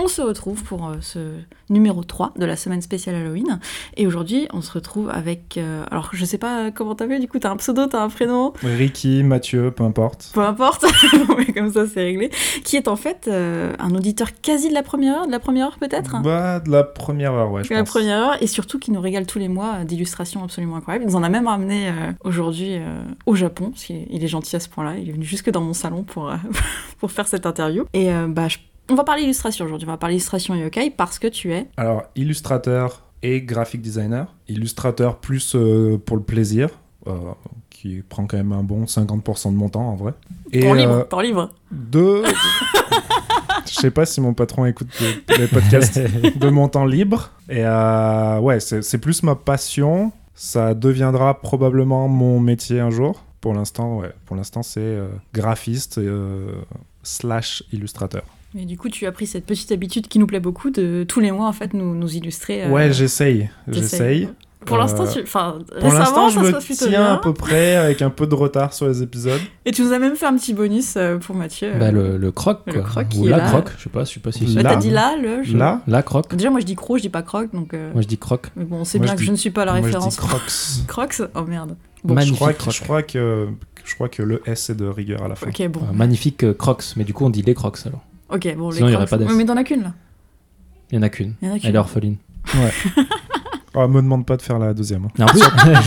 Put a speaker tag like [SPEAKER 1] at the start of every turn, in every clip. [SPEAKER 1] on se retrouve pour euh, ce numéro 3 de la semaine spéciale Halloween. Et aujourd'hui, on se retrouve avec. euh, alors, je sais pas comment t'appelles, du coup, t'as un pseudo, t'as un prénom,
[SPEAKER 2] Ricky, Mathieu, peu importe.
[SPEAKER 1] peu importe, mais comme ça, c'est réglé. Qui est en fait euh, un auditeur quasi de la première heure, de la première heure peut-être hein.
[SPEAKER 2] Bah, de la première heure, ouais. je
[SPEAKER 1] de la
[SPEAKER 2] pense.
[SPEAKER 1] première heure, et surtout qui nous régale tous les mois euh, d'illustrations absolument incroyables. Il nous en a même ramené euh, aujourd'hui euh, au Japon, parce qu'il est- il est gentil à ce point-là. Il est venu jusque dans mon salon pour, euh, pour faire cette interview. Et euh, bah, je- on va parler illustration aujourd'hui, on va parler illustration yokai parce que tu es.
[SPEAKER 2] Alors, illustrateur et graphic designer. Illustrateur plus euh, pour le plaisir, euh, qui prend quand même un bon 50% de mon temps en vrai. Et
[SPEAKER 1] Temps libre,
[SPEAKER 2] euh,
[SPEAKER 1] temps libre.
[SPEAKER 2] de. Je sais pas si mon patron écoute le- les podcasts de mon temps libre. Et euh, ouais, c'est c'est plus ma passion. Ça deviendra probablement mon métier un jour. Pour l'instant, ouais. Pour l'instant, c'est euh, graphiste euh, slash illustrateur.
[SPEAKER 1] Mais du coup, tu as pris cette petite habitude qui nous plaît beaucoup de tous les mois en fait nous, nous illustrer. euh,
[SPEAKER 2] Ouais, j'essaye.
[SPEAKER 1] t'essayes.
[SPEAKER 2] J'essaye.
[SPEAKER 1] Pour l'instant,
[SPEAKER 2] Euh,
[SPEAKER 1] tu... enfin,
[SPEAKER 2] Pour
[SPEAKER 1] récemment,
[SPEAKER 2] l'instant, je
[SPEAKER 1] ça se
[SPEAKER 2] me
[SPEAKER 1] passe plutôt
[SPEAKER 2] tiens
[SPEAKER 1] bien.
[SPEAKER 2] à peu près avec un peu de retard sur les épisodes.
[SPEAKER 1] Et tu nous as même fait un petit bonus euh, pour Mathieu.
[SPEAKER 3] Bah, le, le croc,
[SPEAKER 1] Le
[SPEAKER 3] quoi.
[SPEAKER 1] croc qui
[SPEAKER 3] Ou
[SPEAKER 1] est
[SPEAKER 3] la
[SPEAKER 1] là.
[SPEAKER 3] croc, je sais pas, je sais pas si hein.
[SPEAKER 1] Bah,
[SPEAKER 2] Là.
[SPEAKER 1] t'as dit là, le. je-
[SPEAKER 2] Là,
[SPEAKER 3] La croc.
[SPEAKER 1] Déjà, moi je dis croc, je dis pas croc, donc. euh,
[SPEAKER 3] Moi je dis croc.
[SPEAKER 1] Mais bon, on sait
[SPEAKER 2] Moi,
[SPEAKER 1] bien
[SPEAKER 2] je
[SPEAKER 1] que
[SPEAKER 2] dis-
[SPEAKER 1] je ne suis pas la
[SPEAKER 2] moi, je dis
[SPEAKER 1] référence.
[SPEAKER 2] Crocs.
[SPEAKER 1] Crocs Oh merde.
[SPEAKER 2] Je
[SPEAKER 3] magnifique
[SPEAKER 2] crois, que,
[SPEAKER 3] croc.
[SPEAKER 2] je, crois que, je crois que le S est de rigueur à la fin.
[SPEAKER 1] Ok, bon.
[SPEAKER 3] Enfin, magnifique euh, crocs, mais du coup on dit les crocs alors.
[SPEAKER 1] Ok, bon, les
[SPEAKER 3] Sinon, il y aurait
[SPEAKER 1] Crocs-
[SPEAKER 3] pas d'as.
[SPEAKER 1] Ouais, Mais t'en as qu'une là.
[SPEAKER 3] Il y en a qu'une.
[SPEAKER 1] Il y en a
[SPEAKER 3] Elle est
[SPEAKER 1] qu'une.
[SPEAKER 3] orpheline.
[SPEAKER 2] Ah, me demande pas de faire la deuxième. hein.
[SPEAKER 3] Mais en plus,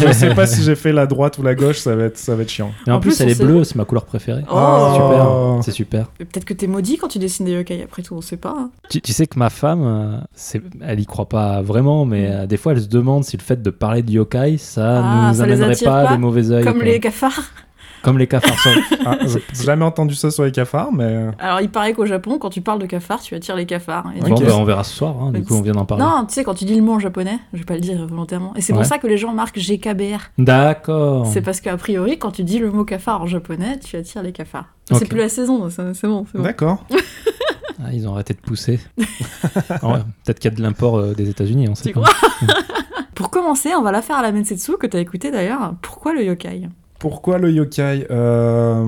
[SPEAKER 2] Je sais pas si j'ai fait la droite ou la gauche, ça va être, ça va être chiant.
[SPEAKER 3] mais en
[SPEAKER 1] En
[SPEAKER 3] plus,
[SPEAKER 1] plus, on
[SPEAKER 3] elle est
[SPEAKER 1] sait-
[SPEAKER 3] bleue, c'est ma couleur préférée.
[SPEAKER 1] Oh,
[SPEAKER 3] Super,
[SPEAKER 2] Oh.
[SPEAKER 3] c'est super.
[SPEAKER 1] Mais Peut-être que t'es maudit quand tu dessines des yokai, après tout, on sait pas. hein.
[SPEAKER 3] Tu, tu sais que ma femme, euh, c'est- elle y croit pas vraiment, mais euh, des fois elle se demande si le fait de parler de yokai, ça
[SPEAKER 1] Mm. Ah,
[SPEAKER 3] nous
[SPEAKER 1] ça les
[SPEAKER 3] amènerait
[SPEAKER 1] attire
[SPEAKER 3] pas,
[SPEAKER 1] pas
[SPEAKER 3] des mauvais oeils.
[SPEAKER 1] Comme les cafards.
[SPEAKER 3] Comme les cafards. sauvages.
[SPEAKER 2] Ah, j'ai jamais entendu ça sur les cafards, mais
[SPEAKER 1] Alors, il paraît qu'au Japon, quand tu parles de cafards, tu attires les cafards. Et
[SPEAKER 2] Ok.
[SPEAKER 3] Bon,
[SPEAKER 1] donc-
[SPEAKER 3] bah, on verra ce soir, hein, du coup on vient d'en parler.
[SPEAKER 1] Non, tu sais, quand tu dis le mot en japonais, je vais pas le dire volontairement. Et c'est pour
[SPEAKER 3] Ouais.
[SPEAKER 1] ça que les gens marquent GKBR.
[SPEAKER 3] D'accord.
[SPEAKER 1] C'est parce qu'a priori, quand tu dis le mot cafard en japonais, tu attires les cafards. C'est
[SPEAKER 3] Ok.
[SPEAKER 1] plus la saison, ça- c'est bon, c'est bon.
[SPEAKER 2] d'accord.
[SPEAKER 3] Ah, ils ont arrêté de pousser. Ah ouais, Peut-être qu'il y a de l'import euh, des États-Unis, on sait
[SPEAKER 1] Tu
[SPEAKER 3] pas.
[SPEAKER 1] Pour commencer, on va la faire à la Mensetsu que t'as écouté d'ailleurs. Pourquoi le yokai
[SPEAKER 2] Pourquoi le yokai Euh,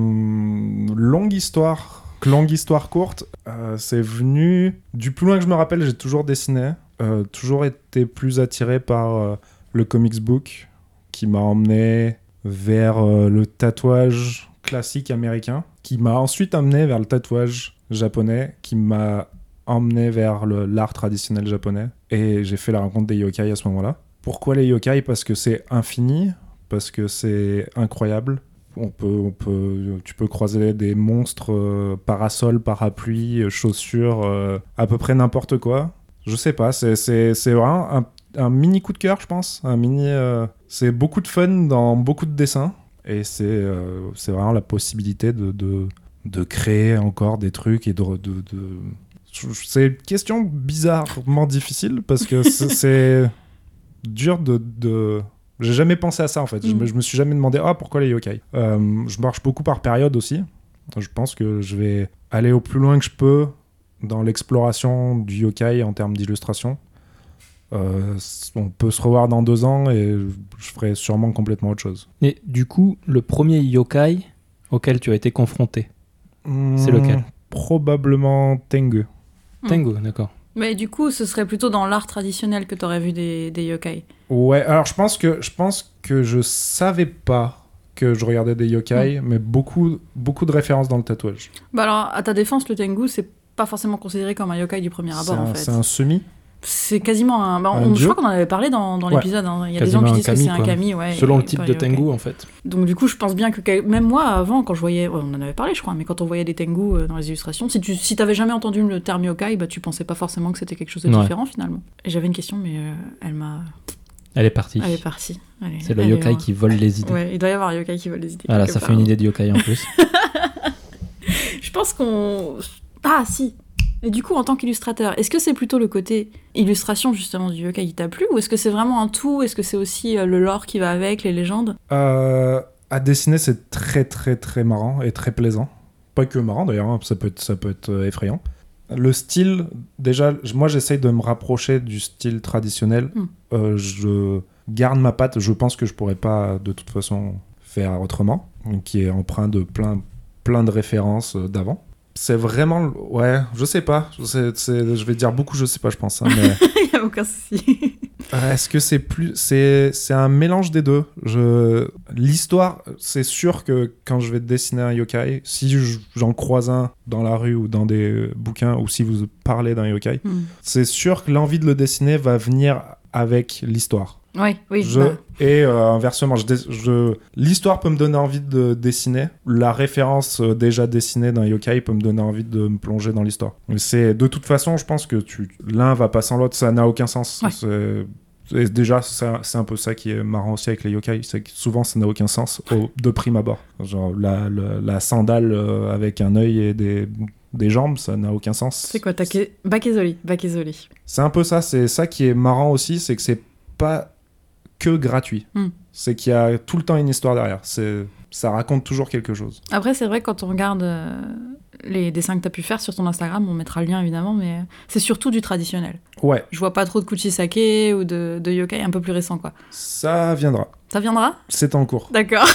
[SPEAKER 2] Longue histoire, longue histoire courte. euh, c'est venu du plus loin que je me rappelle. J'ai toujours dessiné, euh, toujours été plus attiré par euh, le comics book qui m'a emmené vers euh, le tatouage classique américain, qui m'a ensuite amené vers le tatouage japonais, qui m'a emmené vers le- l'art traditionnel japonais. Et j'ai fait la rencontre des yokai à ce moment-là. Pourquoi les yokai Parce que c'est infini, parce que c'est incroyable. On peut, on peut, tu peux croiser des monstres, euh, parasols, parapluies, euh, chaussures, euh, à peu près n'importe quoi. Je sais pas, c'est- c'est c'est vraiment un, un mini coup de cœur, je pense. Un mini, euh, c'est beaucoup de fun dans beaucoup de dessins. Et c'est euh, c'est vraiment la possibilité de, de, de créer encore des trucs et de. de- de- Je- je- C'est une question bizarrement difficile parce que c'est- c'est dur de. de... J'ai jamais pensé à ça en fait. Je, me,
[SPEAKER 1] Mm.
[SPEAKER 2] je me suis jamais demandé ah pourquoi les yokai. Euh, je marche beaucoup par période aussi. Je pense que je vais aller au plus loin que je peux dans l'exploration du yokai en termes d'illustration. Euh, s- on peut se revoir dans deux ans et je ferai sûrement complètement autre chose.
[SPEAKER 3] Mais du coup, le premier yokai auquel tu as été confronté,
[SPEAKER 2] C'est
[SPEAKER 3] lequel
[SPEAKER 2] Hmm, Probablement Tengu.
[SPEAKER 1] Hmm.
[SPEAKER 3] Tengu, d'accord.
[SPEAKER 1] Mais du coup, ce serait plutôt dans l'art traditionnel que t'aurais vu des, des yokai.
[SPEAKER 2] Ouais, alors je pense que je pense que je savais pas que je regardais des yokai,
[SPEAKER 1] Hmm.
[SPEAKER 2] mais beaucoup beaucoup de références dans le tatouage.
[SPEAKER 1] Bah alors, à ta défense, le tengu, c'est pas forcément considéré comme un yokai du premier
[SPEAKER 2] C'est
[SPEAKER 1] abord, en
[SPEAKER 2] un,
[SPEAKER 1] fait.
[SPEAKER 2] c'est un semi.
[SPEAKER 1] C'est quasiment un... bah,
[SPEAKER 2] un
[SPEAKER 1] on, je
[SPEAKER 2] dieu.
[SPEAKER 1] crois qu'on en avait parlé dans, dans
[SPEAKER 2] Ouais.
[SPEAKER 1] l'épisode. hein. Il y a
[SPEAKER 3] Quasiment
[SPEAKER 1] des gens qui
[SPEAKER 3] un
[SPEAKER 1] disent
[SPEAKER 3] kami,
[SPEAKER 1] que c'est un
[SPEAKER 3] quoi.
[SPEAKER 1] kami, ouais.
[SPEAKER 3] Selon
[SPEAKER 1] et
[SPEAKER 3] le type
[SPEAKER 1] pas
[SPEAKER 3] de
[SPEAKER 1] yokai.
[SPEAKER 3] Tengu, en fait.
[SPEAKER 1] Donc du coup, je pense bien que quel- même moi, avant, quand je voyais... ouais, on en avait parlé, je crois, mais quand on voyait des tengu euh, dans les illustrations, si tu si t'avais jamais entendu le terme yokai, bah, tu pensais pas forcément que c'était quelque chose de
[SPEAKER 3] Ouais.
[SPEAKER 1] différent, finalement. Et J'avais une question, mais euh, elle m'a...
[SPEAKER 3] Elle est partie.
[SPEAKER 1] Elle est partie. Elle est-
[SPEAKER 3] C'est le
[SPEAKER 1] elle est
[SPEAKER 3] yokai
[SPEAKER 1] loin.
[SPEAKER 3] qui vole les idées.
[SPEAKER 1] Ouais, il doit y avoir un yokai qui vole les idées.
[SPEAKER 3] Ah là,
[SPEAKER 1] quelque
[SPEAKER 3] ça
[SPEAKER 1] part.
[SPEAKER 3] fait une idée de yokai en plus.
[SPEAKER 1] Je pense qu'on. Ah, si Et du coup, en tant qu'illustrateur, est-ce que c'est plutôt le côté illustration justement du yokai qui t'a plu Ou est-ce que c'est vraiment un tout Est-ce que c'est aussi euh, le lore qui va avec, les légendes
[SPEAKER 2] Euh, à dessiner, c'est très très très marrant et très plaisant. Pas que marrant d'ailleurs, hein, ça peut être, ça peut être euh, effrayant. Le style, déjà, j- moi j'essaye de me rapprocher du style traditionnel.
[SPEAKER 1] Mm.
[SPEAKER 2] Euh, je garde ma patte, je pense que je pourrais pas de toute façon faire autrement, qui est empreint de plein, plein de références euh, d'avant. c'est vraiment. Ouais, je sais pas. C'est- c'est- je vais dire beaucoup, je sais pas, je pense. hein, mais...
[SPEAKER 1] Il n'y a aucun souci.
[SPEAKER 2] Euh, Est-ce que c'est plus c'est c'est un mélange des deux. Je l'histoire, c'est sûr que quand je vais dessiner un yokai, si je- j'en croise un dans la rue ou dans des euh, bouquins ou si vous parlez d'un yokai,
[SPEAKER 1] Hmm.
[SPEAKER 2] c'est sûr que l'envie de le dessiner va venir avec l'histoire.
[SPEAKER 1] Oui, oui.
[SPEAKER 2] Je,
[SPEAKER 1] bah,
[SPEAKER 2] et euh, inversement, je, dé- je- l'histoire peut me donner envie de dessiner. La référence euh, déjà dessinée d'un yokai peut me donner envie de me plonger dans l'histoire. Mais C'est de toute façon, je pense que tu, l'un va pas sans l'autre, ça n'a aucun sens.
[SPEAKER 1] Ouais.
[SPEAKER 2] C'est- et déjà, ça- c'est un peu ça qui est marrant aussi avec les yokai, c'est que souvent ça n'a aucun sens au- de prime abord. Genre la, la- la sandale euh, avec un œil et des, des jambes, ça n'a aucun sens.
[SPEAKER 1] C'est quoi Take... Bakezoli. Bakezoli.
[SPEAKER 2] C'est un peu ça, c'est ça qui est marrant aussi, c'est que c'est pas que gratuit.
[SPEAKER 1] Hmm.
[SPEAKER 2] C'est qu'il y a tout le temps une histoire derrière. C'est ça raconte toujours quelque chose.
[SPEAKER 1] Après, c'est vrai que quand on regarde euh, les dessins que tu as pu faire sur ton Instagram, on mettra le lien évidemment, mais euh, c'est surtout du traditionnel.
[SPEAKER 2] Ouais,
[SPEAKER 1] Je vois pas trop de Kuchisake ou de, de yokai un peu plus récent, quoi.
[SPEAKER 2] ça viendra.
[SPEAKER 1] Ça viendra
[SPEAKER 2] C'est en cours.
[SPEAKER 1] D'accord.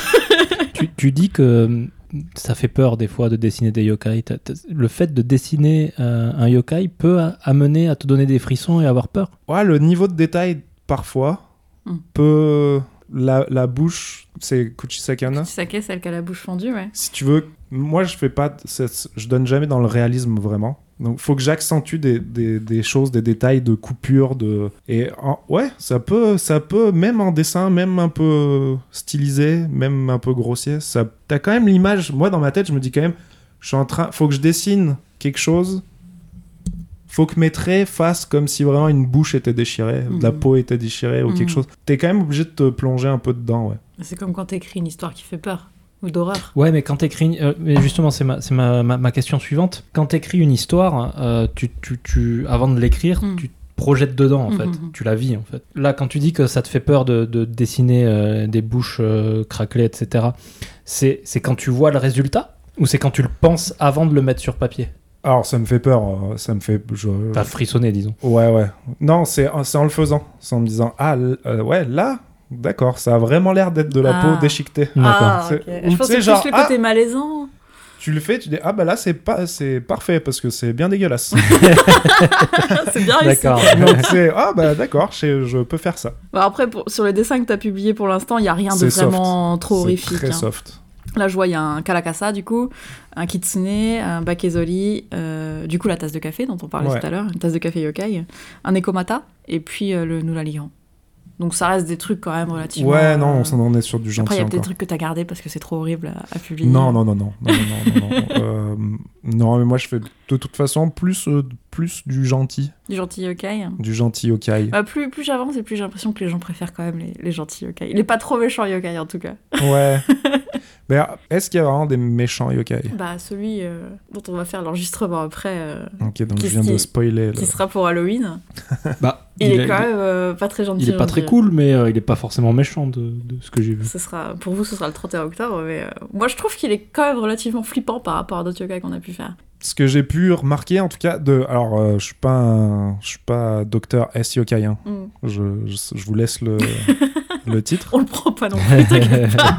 [SPEAKER 3] Tu, tu dis que hum, ça fait peur des fois de dessiner des yokai. T'as- t'as- Le fait de dessiner euh, un yokai peut a- amener à te donner des frissons et avoir peur.
[SPEAKER 2] Ouais, le niveau de détail parfois
[SPEAKER 1] Hmm.
[SPEAKER 2] peut la, la bouche, c'est Kuchisakana.
[SPEAKER 1] Kuchisake, celle qui a la bouche fendue, ouais.
[SPEAKER 2] Si tu veux, moi je fais pas, c'est- je donne jamais dans le réalisme vraiment. Donc faut que j'accentue des, des- des choses, des détails de coupures, de et en- ouais, ça peut, ça peut même en dessin, même un peu stylisé, même un peu grossier, ça t'as quand même l'image. Moi dans ma tête, je me dis quand même, je suis en train, faut que je dessine quelque chose. Faut que mes traits fassent comme si vraiment une bouche était déchirée, de la
[SPEAKER 1] Mhm.
[SPEAKER 2] peau était déchirée ou quelque
[SPEAKER 1] Mhm.
[SPEAKER 2] chose. T'es quand même obligé de te plonger un peu dedans, ouais.
[SPEAKER 1] C'est comme quand t'écris une histoire qui fait peur ou d'horreur.
[SPEAKER 3] Ouais, mais quand t'écris, euh, mais justement, c'est ma, c'est ma, ma, ma question suivante. Quand t'écris une histoire, euh, tu, tu, tu, avant de l'écrire,
[SPEAKER 1] Mm.
[SPEAKER 3] tu te projettes dedans en
[SPEAKER 1] Mm,
[SPEAKER 3] fait,
[SPEAKER 1] mm, mm.
[SPEAKER 3] tu la vis en fait. Là, quand tu dis que ça te fait peur de, de dessiner euh, des bouches euh, craquelées, etc., c'est, c'est quand tu vois le résultat ou c'est quand tu le penses avant de le mettre sur papier
[SPEAKER 2] Alors ça me fait peur, euh, ça me fait. je-
[SPEAKER 3] T'as frissonné, disons.
[SPEAKER 2] Ouais, ouais. Non, c'est c'est en le faisant. C'est en me disant, ah, l- euh, ouais, là, d'accord, ça a vraiment l'air d'être de la
[SPEAKER 1] Ah.
[SPEAKER 2] peau déchiquetée.
[SPEAKER 1] Ah,
[SPEAKER 2] D'accord.
[SPEAKER 1] ok.
[SPEAKER 2] C'est-
[SPEAKER 1] Je
[SPEAKER 2] ou
[SPEAKER 1] pense
[SPEAKER 2] tu sais,
[SPEAKER 1] que
[SPEAKER 2] genre, ah!
[SPEAKER 1] c'est plus le côté malaisant.
[SPEAKER 2] Tu le fais, tu dis, ah, bah là, c'est pas, c'est parfait parce que c'est bien dégueulasse.
[SPEAKER 1] Ah, c'est bien réussi.
[SPEAKER 3] D'accord.
[SPEAKER 2] Donc c'est, ah, bah d'accord, je, je peux faire ça.
[SPEAKER 1] Bon, après, pour- sur les dessins que t'as publiés pour l'instant, il y a rien de
[SPEAKER 2] C'est soft.
[SPEAKER 1] vraiment trop
[SPEAKER 2] C'est
[SPEAKER 1] horrifique.
[SPEAKER 2] Très
[SPEAKER 1] hein.
[SPEAKER 2] soft.
[SPEAKER 1] Là, je vois, il y a un Kalakasa, du coup, un Kitsune, un Bakezoli, euh, du coup, la tasse de café dont on parlait
[SPEAKER 2] Ouais.
[SPEAKER 1] tout à l'heure, une tasse de café yokai, un Ekomata, et puis euh, le Nula Ligan. Donc, ça reste des trucs quand même relativement.
[SPEAKER 2] Ouais, non,
[SPEAKER 1] euh,
[SPEAKER 2] on s'en en est sur du gentil
[SPEAKER 1] Après, il y a
[SPEAKER 2] encore.
[SPEAKER 1] peut-être des trucs que t'as gardés parce que c'est trop horrible à, à publier.
[SPEAKER 2] Non, non, non, non, non, non, non, non, non. Euh, non, mais moi, je fais de toute façon plus, euh, plus du gentil,
[SPEAKER 1] Du gentil yokai.
[SPEAKER 2] du gentil yokai.
[SPEAKER 1] Bah, plus plus j'avance et plus j'ai l'impression que les gens préfèrent quand même les, les gentils yokai. Il est pas trop méchant yokai en tout cas.
[SPEAKER 2] Ouais. mais ah, est-ce qu'il y a vraiment des méchants yokai
[SPEAKER 1] Bah, celui euh, dont on va faire l'enregistrement après, euh,
[SPEAKER 2] Ok, donc je
[SPEAKER 1] Qu'est-ce
[SPEAKER 2] viens de
[SPEAKER 1] qui-
[SPEAKER 2] spoiler. là.
[SPEAKER 1] qui sera pour Halloween,
[SPEAKER 3] Bah,
[SPEAKER 1] il, est quand même euh, pas très gentil.
[SPEAKER 3] il est pas
[SPEAKER 1] on
[SPEAKER 3] très
[SPEAKER 1] dirait.
[SPEAKER 3] cool, mais euh, il est pas forcément méchant de, de ce que j'ai vu.
[SPEAKER 1] Ce sera, pour vous, ce sera le 31 octobre, mais euh, moi je trouve qu'il est quand même relativement flippant par rapport à d'autres yokai qu'on a pu faire.
[SPEAKER 2] ce que j'ai pu remarquer en tout cas de alors euh, je suis pas un- je suis pas docteur S yokai hein.
[SPEAKER 1] Mm.
[SPEAKER 2] je, je, je vous laisse le le titre
[SPEAKER 1] On le prend pas non plus, t'inquiète pas.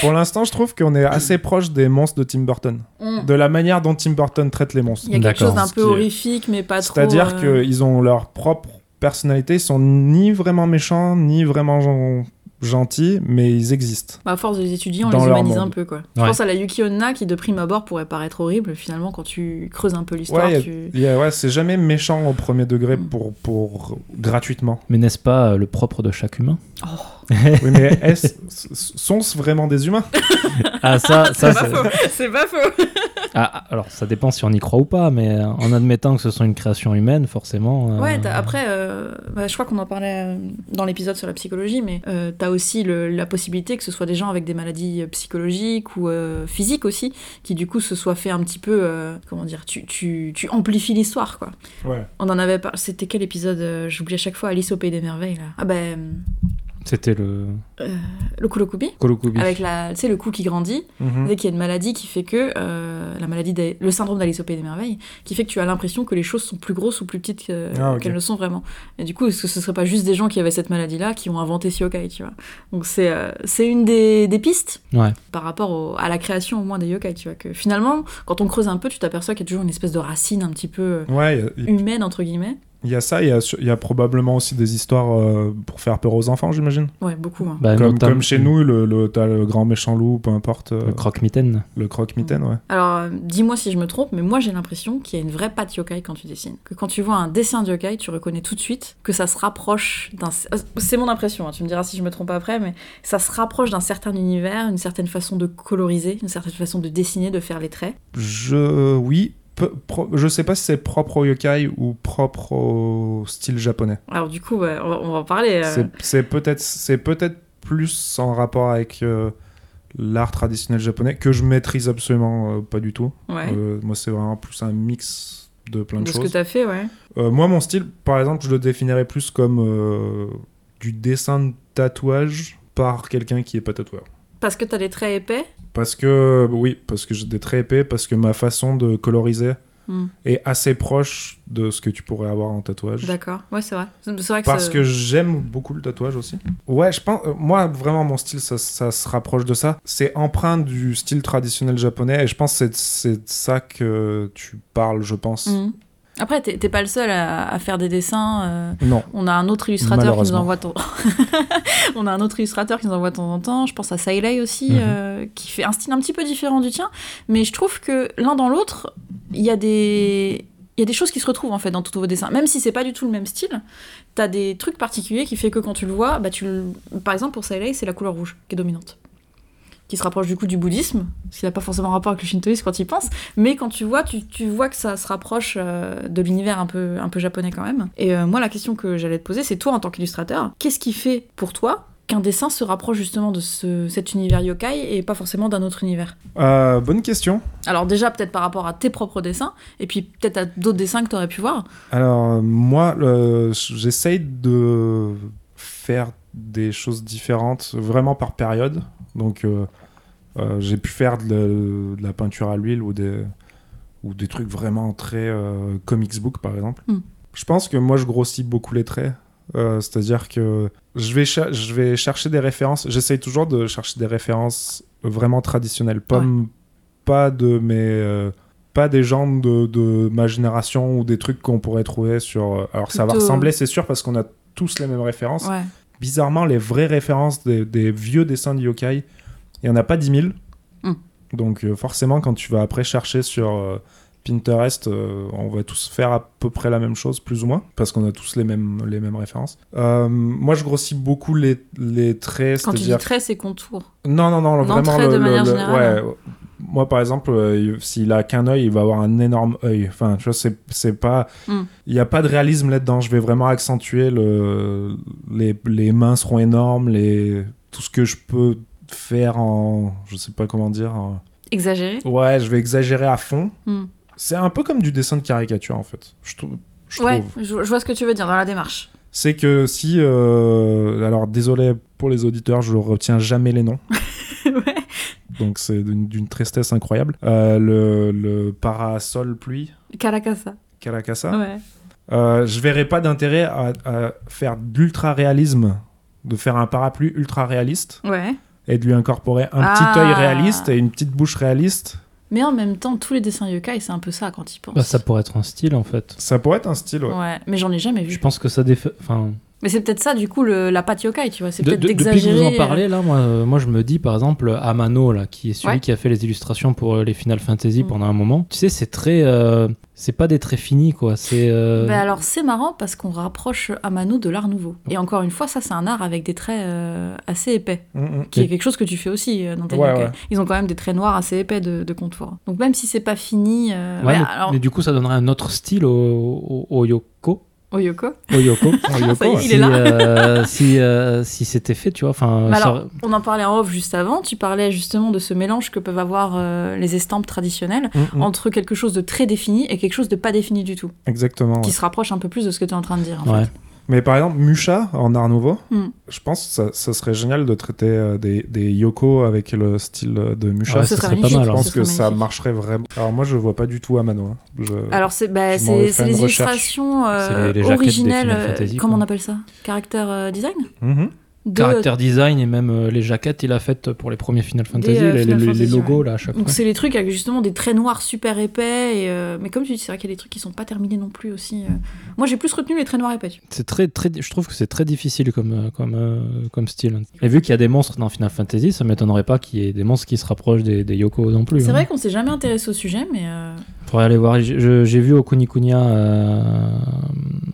[SPEAKER 2] pour l'instant je trouve qu'on est assez proche des monstres de Tim Burton
[SPEAKER 1] Mm.
[SPEAKER 2] de la manière dont Tim Burton traite les monstres
[SPEAKER 1] Il y a quelque
[SPEAKER 3] D'accord.
[SPEAKER 1] chose d'un
[SPEAKER 2] Ce
[SPEAKER 1] peu
[SPEAKER 2] qui est-
[SPEAKER 1] horrifique, mais pas trop.
[SPEAKER 2] c'est-à-dire
[SPEAKER 1] euh,
[SPEAKER 2] qu'ils ont leur propre personnalité ils sont ni vraiment méchants ni vraiment gen- gentils mais ils existent
[SPEAKER 1] bah, à force de les étudier, on
[SPEAKER 2] dans
[SPEAKER 1] les
[SPEAKER 2] leur
[SPEAKER 1] humanise un
[SPEAKER 2] monde.
[SPEAKER 1] peu, quoi. Je
[SPEAKER 3] Ouais.
[SPEAKER 1] pense à la Yuki Onna qui, de prime abord, pourrait paraître horrible. Finalement, quand tu creuses un peu l'histoire,
[SPEAKER 2] Ouais, y a-
[SPEAKER 1] tu.
[SPEAKER 2] Il y a- ouais c'est jamais méchant au premier degré
[SPEAKER 1] Mm.
[SPEAKER 2] pour pour gratuitement
[SPEAKER 3] Mais n'est-ce pas euh, le propre de chaque humain
[SPEAKER 1] Oh,
[SPEAKER 2] oui mais est-ce- sont-ce vraiment des humains
[SPEAKER 3] Ah, ça, ça,
[SPEAKER 1] c'est pas faux, c'est pas faux.
[SPEAKER 3] Ah, alors ça dépend si on y croit ou pas, mais euh, en admettant que ce soit une création humaine, forcément. euh,
[SPEAKER 1] Ouais, t'as- après, euh, bah, je crois qu'on en parlait euh, dans l'épisode sur la psychologie, mais euh, t'as aussi le- la possibilité que ce soit des gens avec des maladies euh, psychologiques ou euh, physiques aussi, qui du coup se soient fait un petit peu, euh, comment dire, tu, tu, tu amplifies l'histoire, quoi.
[SPEAKER 2] ouais
[SPEAKER 1] On en avait parlé, c'était quel épisode euh, J'oublie à chaque fois Alice au Pays des Merveilles, là. Ah ben,
[SPEAKER 3] C'était le
[SPEAKER 1] le Kurokubi,
[SPEAKER 3] Kolokubi.
[SPEAKER 1] avec la, tu sais, le cou qui grandit.
[SPEAKER 2] Mhm.
[SPEAKER 1] Dès qu'il y a une maladie qui fait que euh, la maladie d'A- le syndrome d'Alice au pays des merveilles, qui fait que tu as l'impression que les choses sont plus grosses ou plus petites que-
[SPEAKER 2] Ah, ok.
[SPEAKER 1] qu'elles ne sont vraiment. Et du coup, est-ce que ce serait pas juste des gens qui avaient cette maladie-là qui ont inventé Siokai, tu vois Donc c'est euh, c'est une des, des pistes
[SPEAKER 3] Ouais.
[SPEAKER 1] par rapport au- à la création au moins des yokai, tu vois que finalement, quand on creuse un peu, tu t'aperçois qu'il y a toujours une espèce de racine un petit peu euh,
[SPEAKER 2] Ouais, il y a-
[SPEAKER 1] humaine entre guillemets.
[SPEAKER 2] il y, a ça, il y a, il y a probablement aussi des histoires euh, pour faire peur aux enfants, j'imagine.
[SPEAKER 1] Ouais, beaucoup. hein.
[SPEAKER 3] Bah,
[SPEAKER 2] Comme,
[SPEAKER 3] notamment-
[SPEAKER 2] comme chez nous, le, le, t'as le grand méchant loup, peu importe, euh,
[SPEAKER 3] Le croque-mitaine.
[SPEAKER 2] le croque-mitaine, ouais.
[SPEAKER 1] Alors, euh, dis-moi si je me trompe, mais moi j'ai l'impression qu'il y a une vraie patte yokai quand tu dessines. Que quand tu vois un dessin de yokai, tu reconnais tout de suite que ça se rapproche d'un. euh, C'est mon impression, hein, tu me diras si je me trompe après, mais ça se rapproche d'un certain univers, une certaine façon de coloriser, une certaine façon de dessiner, de faire les traits.
[SPEAKER 2] Je. Oui. peu- pro- Je sais pas si c'est propre au yokai ou propre au style japonais.
[SPEAKER 1] Alors, du coup, ouais, on, va, on va en parler. euh,
[SPEAKER 2] C'est- C'est peut-être c'est peut-être plus en rapport avec euh, l'art traditionnel japonais que je maîtrise absolument euh, pas du tout.
[SPEAKER 1] ouais,
[SPEAKER 2] Euh, moi, c'est vraiment plus un mix de plein de,
[SPEAKER 1] de ce que
[SPEAKER 2] choses.
[SPEAKER 1] t'as fait, ouais.
[SPEAKER 2] Euh, moi, mon style, par exemple, je le définirais plus comme euh, du dessin de tatouage par quelqu'un qui est pas tatoueur.
[SPEAKER 1] Parce que t'as les traits épais.
[SPEAKER 2] Parce que, oui, parce que j'ai des traits épais, parce que ma façon de coloriser
[SPEAKER 1] Hmm,
[SPEAKER 2] est assez proche de ce que tu pourrais avoir en tatouage.
[SPEAKER 1] D'accord, ouais, c'est vrai. C'est c'est vrai que
[SPEAKER 2] Parce
[SPEAKER 1] ça-
[SPEAKER 2] que j'aime beaucoup le tatouage aussi. Ouais, je pense. euh, moi, vraiment, mon style, ça, ça se rapproche de ça. C'est empreint du style traditionnel japonais. Et je pense que c'est- c'est de ça que tu parles, je pense.
[SPEAKER 1] Hmm. Après, t'es t'es pas le seul à, à faire des dessins. euh,
[SPEAKER 2] Non.
[SPEAKER 1] On a un autre illustrateur qui nous
[SPEAKER 2] Malheureusement.
[SPEAKER 1] envoie ton... On a un autre illustrateur qui nous envoie de temps en temps. Je pense à Sailei aussi,
[SPEAKER 3] Mhm.
[SPEAKER 1] euh, qui fait un style un petit peu différent du tien. Mais je trouve que l'un dans l'autre, il y a des... Il y a des choses qui se retrouvent en fait dans tous vos dessins, même si c'est pas du tout le même style. T'as des trucs particuliers qui fait que quand tu le vois, bah tu le- par exemple pour Sailei, c'est la couleur rouge qui est dominante, qui se rapproche du coup du bouddhisme, ce qui n'a pas forcément rapport avec le shintoïsme quand il pense. Mais quand tu vois, tu, tu vois que ça se rapproche euh, de l'univers un peu, un peu japonais quand même. Et euh, moi, la question que j'allais te poser, c'est toi, en tant qu'illustrateur, qu'est-ce qui fait pour toi qu'un dessin se rapproche justement de ce- cet univers yokai et pas forcément d'un autre univers
[SPEAKER 2] Euh, bonne question.
[SPEAKER 1] Alors déjà, peut-être par rapport à tes propres dessins, et puis peut-être à d'autres dessins que tu aurais pu voir.
[SPEAKER 2] Alors, euh, moi, le- j'essaye de faire des choses différentes, vraiment par période. Donc, euh, euh, j'ai pu faire de, la- de la peinture à l'huile ou des, ou des trucs vraiment très euh, comics book, par exemple.
[SPEAKER 1] Mm.
[SPEAKER 2] Je pense que moi, je grossis beaucoup les traits. Euh, C'est-à-dire que je vais, cha- je vais chercher des références. J'essaye toujours de chercher des références vraiment traditionnelles, pas,
[SPEAKER 1] Ouais.
[SPEAKER 2] m- pas de mes. euh, pas des gens de, de ma génération ou des trucs qu'on pourrait trouver sur. euh, Alors ça va
[SPEAKER 1] Plutôt-
[SPEAKER 2] ressembler, c'est sûr, parce qu'on a tous les mêmes références.
[SPEAKER 1] Ouais.
[SPEAKER 2] Bizarrement, les vraies références des, des vieux dessins de yokai, il n'y en a pas 10 000.
[SPEAKER 1] Mm.
[SPEAKER 2] Donc euh, forcément, quand tu vas après chercher sur euh, Pinterest, euh, on va tous faire à peu près la même chose, plus ou moins, parce qu'on a tous les mêmes, les mêmes références. Euh, moi, je grossis beaucoup les, les traits,
[SPEAKER 1] Quand tu dis
[SPEAKER 2] c'est-à-dire
[SPEAKER 1] traits, c'est contours.
[SPEAKER 2] non, non, non,
[SPEAKER 1] Non,
[SPEAKER 2] vraiment.
[SPEAKER 1] trait
[SPEAKER 2] le,
[SPEAKER 1] de
[SPEAKER 2] le-
[SPEAKER 1] manière
[SPEAKER 2] le-
[SPEAKER 1] générale.
[SPEAKER 2] ouais. euh, Moi, par exemple, euh, il- s'il a qu'un œil, il va avoir un énorme œil. Enfin, tu vois, c'est, c'est pas. Il
[SPEAKER 1] Mm.
[SPEAKER 2] n'y a pas de réalisme là-dedans. Je vais vraiment accentuer le. Les, les mains seront énormes, les... tout ce que je peux faire en. Je sais pas comment dire. en-
[SPEAKER 1] Exagéré
[SPEAKER 2] Ouais, je vais exagérer à fond.
[SPEAKER 1] Hmm.
[SPEAKER 2] C'est un peu comme du dessin de caricature, en fait. Je, trou- je
[SPEAKER 1] Ouais,
[SPEAKER 2] trouve.
[SPEAKER 1] je, je vois ce que tu veux dire dans la démarche.
[SPEAKER 2] C'est que si. euh, Alors, désolé pour les auditeurs, je retiens jamais les noms.
[SPEAKER 1] ouais.
[SPEAKER 2] Donc c'est d'une d'une tristesse incroyable. Euh, le, le parasol pluie,
[SPEAKER 1] Caracasa.
[SPEAKER 2] Caracasa.
[SPEAKER 1] Ouais.
[SPEAKER 2] Euh, je verrais pas d'intérêt à, à faire d'ultra réalisme, de faire un parapluie ultra réaliste
[SPEAKER 1] Ouais.
[SPEAKER 2] et de lui incorporer un
[SPEAKER 1] Ah.
[SPEAKER 2] petit œil réaliste et une petite bouche réaliste.
[SPEAKER 1] Mais en même temps, tous les dessins yokai, c'est un peu ça quand ils pensent.
[SPEAKER 3] Bah, ça pourrait être un style en fait.
[SPEAKER 2] Ça pourrait être un style. ouais.
[SPEAKER 1] Ouais, mais j'en ai jamais vu.
[SPEAKER 3] Je pense que ça défait. Enfin,
[SPEAKER 1] Mais c'est peut-être ça, du coup, le, la pâte yokai, tu vois. C'est
[SPEAKER 3] de-
[SPEAKER 1] peut-être
[SPEAKER 3] de- depuis que
[SPEAKER 1] d'exagérer.
[SPEAKER 3] vous en parlez, là, moi, euh, moi, je me dis par exemple Amano, là, qui est celui
[SPEAKER 1] Ouais.
[SPEAKER 3] qui a fait les illustrations pour euh, les Final Fantasy
[SPEAKER 1] Mm.
[SPEAKER 3] pendant un moment. Tu sais, c'est très. euh, c'est pas des traits finis, quoi. C'est. euh,
[SPEAKER 1] Bah alors, c'est marrant parce qu'on rapproche Amano de l'art nouveau. Et encore une fois, ça, c'est un art avec des traits euh, assez épais,
[SPEAKER 2] Mm, mm.
[SPEAKER 1] qui
[SPEAKER 3] Et-
[SPEAKER 1] est quelque chose que tu fais aussi euh, dans tes
[SPEAKER 2] Ouais,
[SPEAKER 1] yokai.
[SPEAKER 2] ouais.
[SPEAKER 1] Ils ont quand même des traits noirs assez épais de, de contour. Donc, même si c'est pas fini. euh,
[SPEAKER 3] ouais,
[SPEAKER 1] ouais,
[SPEAKER 3] mais,
[SPEAKER 1] alors,
[SPEAKER 3] mais du coup, ça donnerait un autre style au, au- au Yoko.
[SPEAKER 1] Oyoko.
[SPEAKER 3] Au Yoko.
[SPEAKER 2] Oh, Yoko,
[SPEAKER 1] Ça y est, il
[SPEAKER 2] ouais.
[SPEAKER 3] si euh, si, euh, si c'était fait, tu vois. Enfin,
[SPEAKER 1] Bah
[SPEAKER 3] ça-
[SPEAKER 1] alors, on en parlait en off juste avant. Tu parlais justement de ce mélange que peuvent avoir euh, les estampes traditionnelles
[SPEAKER 2] Mm, mm.
[SPEAKER 1] entre quelque chose de très défini et quelque chose de pas défini du tout,
[SPEAKER 2] Exactement.
[SPEAKER 1] qui
[SPEAKER 2] ouais.
[SPEAKER 1] se rapproche un peu plus de ce que tu es en train de dire. En
[SPEAKER 3] Ouais.
[SPEAKER 1] fait.
[SPEAKER 2] Mais par exemple, Musha en Art Nouveau,
[SPEAKER 1] Hmm.
[SPEAKER 2] je pense que ça, ça serait génial de traiter euh, des, des Yoko avec le style de Musha.
[SPEAKER 3] Ouais,
[SPEAKER 1] Ce
[SPEAKER 3] ça
[SPEAKER 1] serait
[SPEAKER 3] serait
[SPEAKER 1] magnifique.
[SPEAKER 3] pas mal.
[SPEAKER 2] Je
[SPEAKER 3] hein.
[SPEAKER 1] alors.
[SPEAKER 2] pense que ça
[SPEAKER 1] magnifique.
[SPEAKER 2] marcherait vraiment. Alors moi, je vois pas du tout Amano. hein. Je...
[SPEAKER 1] Alors, c'est bah,
[SPEAKER 2] Je m'en vais
[SPEAKER 1] c'est-
[SPEAKER 2] faire
[SPEAKER 1] c'est
[SPEAKER 2] une
[SPEAKER 1] les
[SPEAKER 2] recherche.
[SPEAKER 1] illustrations euh,
[SPEAKER 3] C'est les- les jaquettes des
[SPEAKER 1] originales.
[SPEAKER 3] Final
[SPEAKER 1] euh,
[SPEAKER 3] Fantasy,
[SPEAKER 1] comment
[SPEAKER 3] quoi.
[SPEAKER 1] on appelle ça Caractère euh, design
[SPEAKER 2] Mhm.
[SPEAKER 1] de,
[SPEAKER 3] Caractère design et même euh, les jaquettes, il a faites pour les premiers Final Fantasy,
[SPEAKER 1] euh,
[SPEAKER 3] les,
[SPEAKER 1] Final
[SPEAKER 3] les- les
[SPEAKER 1] Fantasy,
[SPEAKER 3] logos
[SPEAKER 1] ouais.
[SPEAKER 3] là à chaque
[SPEAKER 1] Donc
[SPEAKER 3] fois.
[SPEAKER 1] c'est les trucs avec justement des traits noirs super épais. et, euh, mais comme tu dis, c'est vrai qu'il y a des trucs qui sont pas terminés non plus aussi. euh. Moi j'ai plus retenu les traits noirs épais.
[SPEAKER 3] C'est très, très, je trouve que c'est très difficile comme, euh, comme, euh, comme style. Et vu qu'il y a des monstres dans Final Fantasy, ça m'étonnerait pas qu'il y ait des monstres qui se rapprochent des, des Yoko non plus.
[SPEAKER 1] C'est
[SPEAKER 3] hein.
[SPEAKER 1] vrai qu'on s'est jamais intéressé au sujet, mais euh,
[SPEAKER 3] Faudrait aller voir. J- je- J'ai vu Okunikunia. Euh...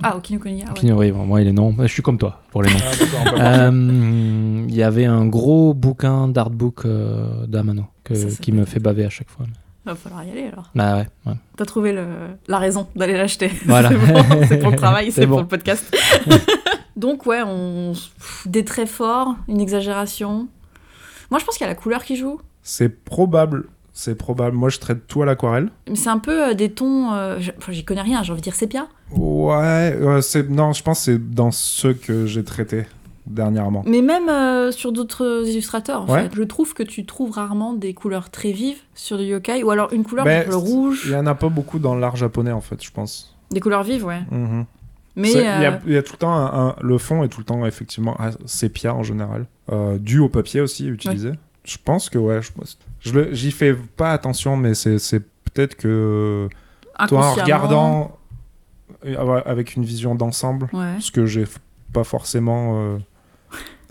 [SPEAKER 1] ah Okinokuniya. ouais.
[SPEAKER 3] qui- oui, bon, moi, il est non. Bah, Je suis comme toi pour les noms.
[SPEAKER 2] Ah, d'accord, on peut pas-
[SPEAKER 3] Euh, Il y avait un gros bouquin d'artbook euh, d'Amano que-
[SPEAKER 1] Ça, ça
[SPEAKER 3] qui me fait baver à chaque fois.
[SPEAKER 1] Va falloir y aller alors.
[SPEAKER 3] Bah ouais, ouais.
[SPEAKER 1] T'as trouvé le- la raison d'aller l'acheter. c'est
[SPEAKER 3] Voilà.
[SPEAKER 1] bon, c'est pour le travail,
[SPEAKER 3] C'est
[SPEAKER 1] c'est
[SPEAKER 3] bon.
[SPEAKER 1] pour le podcast. Donc ouais, on... pff, des traits forts, une exagération. Moi je pense qu'il y a la couleur qui joue.
[SPEAKER 2] C'est probable. C'est probable. Moi, je traite tout à l'aquarelle.
[SPEAKER 1] Mais C'est un peu euh, des tons, euh, je- enfin, j'y connais rien, j'ai envie de dire sépia.
[SPEAKER 2] Ouais, euh, c'est non, je pense que c'est dans ceux que j'ai traités dernièrement.
[SPEAKER 1] Mais même euh, sur d'autres illustrateurs, en
[SPEAKER 2] Ouais.
[SPEAKER 1] fait. Je trouve que tu trouves rarement des couleurs très vives sur du yokai, ou alors une couleur,
[SPEAKER 2] Ben,
[SPEAKER 1] genre le
[SPEAKER 2] Il
[SPEAKER 1] rouge,
[SPEAKER 2] y en a pas beaucoup dans l'art japonais en fait, je pense.
[SPEAKER 1] des couleurs vives, ouais.
[SPEAKER 2] Mhm.
[SPEAKER 1] Mais
[SPEAKER 2] C'est- il, y
[SPEAKER 1] euh,
[SPEAKER 2] a, il y a tout le temps un- un- le fond est tout le temps effectivement ah, sépia en général, Euh, dû au papier aussi utilisé. Je pense que ouais, je pense. Je le- j'y fais pas attention, mais c'est c'est peut-être que toi en
[SPEAKER 1] inconsciemment-
[SPEAKER 2] regardant euh, avec une vision d'ensemble,
[SPEAKER 1] Ouais.
[SPEAKER 2] parce que j'ai f- pas forcément, euh,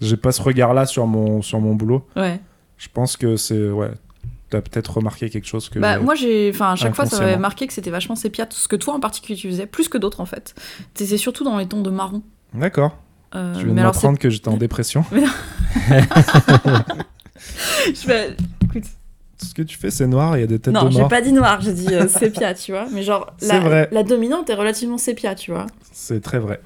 [SPEAKER 2] j'ai pas ce regard-là sur mon sur mon boulot.
[SPEAKER 1] ouais.
[SPEAKER 2] Je pense que c'est. Ouais. T'as peut-être remarqué quelque chose que.
[SPEAKER 1] Bah, moi, j'ai. Enfin, à chaque fois, ça m'avait
[SPEAKER 2] Inconsciemment.
[SPEAKER 1] marqué que c'était vachement sépia, ce que toi en particulier tu faisais, plus que d'autres en fait. C'est surtout dans les tons de marron.
[SPEAKER 2] D'accord.
[SPEAKER 1] Euh,
[SPEAKER 2] Tu viens de
[SPEAKER 1] mais alors,
[SPEAKER 2] m'apprendre que j'étais en dépression.
[SPEAKER 1] c'est- je vais- Écoute,
[SPEAKER 2] Ce que tu fais, c'est noir, il y a des têtes
[SPEAKER 1] non,
[SPEAKER 2] de
[SPEAKER 1] j'ai
[SPEAKER 2] mort.
[SPEAKER 1] pas dit noir, j'ai dit euh, sépia, tu vois. Mais genre,
[SPEAKER 2] C'est vrai.
[SPEAKER 1] la, la dominante est relativement sépia, tu vois.
[SPEAKER 2] C'est très vrai.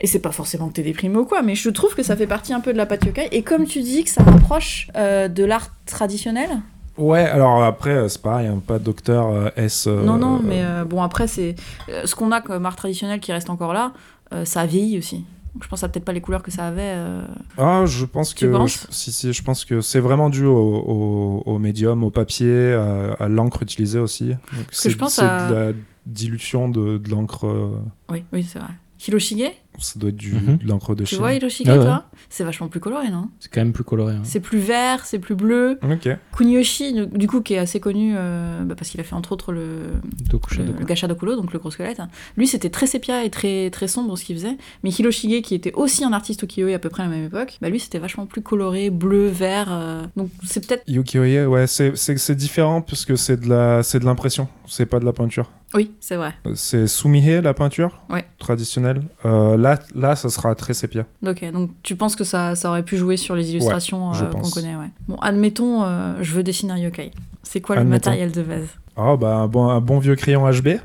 [SPEAKER 1] Et c'est pas forcément que t'es déprimé ou quoi, mais je trouve que ça fait partie un peu de la pâte yokai. Et comme tu dis que ça rapproche euh, de l'art traditionnel.
[SPEAKER 2] Ouais, alors après, euh, c'est pareil, hein, pas docteur euh, S. euh,
[SPEAKER 1] non, non, mais euh, bon, après, c'est euh, ce qu'on a comme art traditionnel qui reste encore là, euh, ça vieillit aussi. Donc, je pense à peut-être pas les couleurs que ça avait. euh,
[SPEAKER 2] Ah, je pense
[SPEAKER 1] Tu
[SPEAKER 2] que.
[SPEAKER 1] penses
[SPEAKER 2] je- si, si, je pense que c'est vraiment dû au, au- au médium, au papier, à, à l'encre utilisée aussi. Donc, c'est
[SPEAKER 1] je pense
[SPEAKER 2] c'est
[SPEAKER 1] à-
[SPEAKER 2] de la dilution de, de l'encre. euh,
[SPEAKER 1] Oui, oui, c'est vrai. Hiroshige
[SPEAKER 2] Ça doit être du,
[SPEAKER 3] Mhm.
[SPEAKER 2] de l'encre de
[SPEAKER 1] Tu
[SPEAKER 2] Chine.
[SPEAKER 1] vois Hiroshige,
[SPEAKER 3] Ah ouais.
[SPEAKER 1] toi C'est vachement plus coloré, non
[SPEAKER 3] C'est quand même plus coloré. hein.
[SPEAKER 1] C'est plus vert, c'est plus bleu.
[SPEAKER 2] Ok.
[SPEAKER 1] Kunioshi, du- du coup, qui est assez connu euh, bah, parce qu'il a fait entre autres le,
[SPEAKER 3] Deux couches à
[SPEAKER 1] le,
[SPEAKER 3] deux
[SPEAKER 1] le Gacha Dokulo, donc le gros squelette. Lui, c'était très sépia et très, très sombre ce qu'il faisait. Mais Hiroshige, qui était aussi un artiste ukiyo-e à peu près à la même époque, bah, lui, c'était vachement plus coloré, bleu, vert. euh, Donc c'est peut-être.
[SPEAKER 2] Yuki Oye, ouais, c'est- c'est c'est différent puisque c'est de la- c'est de l'impression, c'est pas de la peinture.
[SPEAKER 1] Oui, c'est vrai.
[SPEAKER 2] C'est Sumihe, la peinture
[SPEAKER 1] Ouais.
[SPEAKER 2] traditionnelle. Euh, là, là, ça sera très sépia.
[SPEAKER 1] Ok, donc tu penses que ça, ça aurait pu jouer sur les illustrations
[SPEAKER 2] je
[SPEAKER 1] euh, qu'on
[SPEAKER 2] pense.
[SPEAKER 1] connaît, ouais. Bon, admettons, euh, je veux dessiner un yokai. C'est quoi le
[SPEAKER 2] Admettons.
[SPEAKER 1] matériel de base
[SPEAKER 2] Ah, bah, un bon, un bon vieux crayon HB.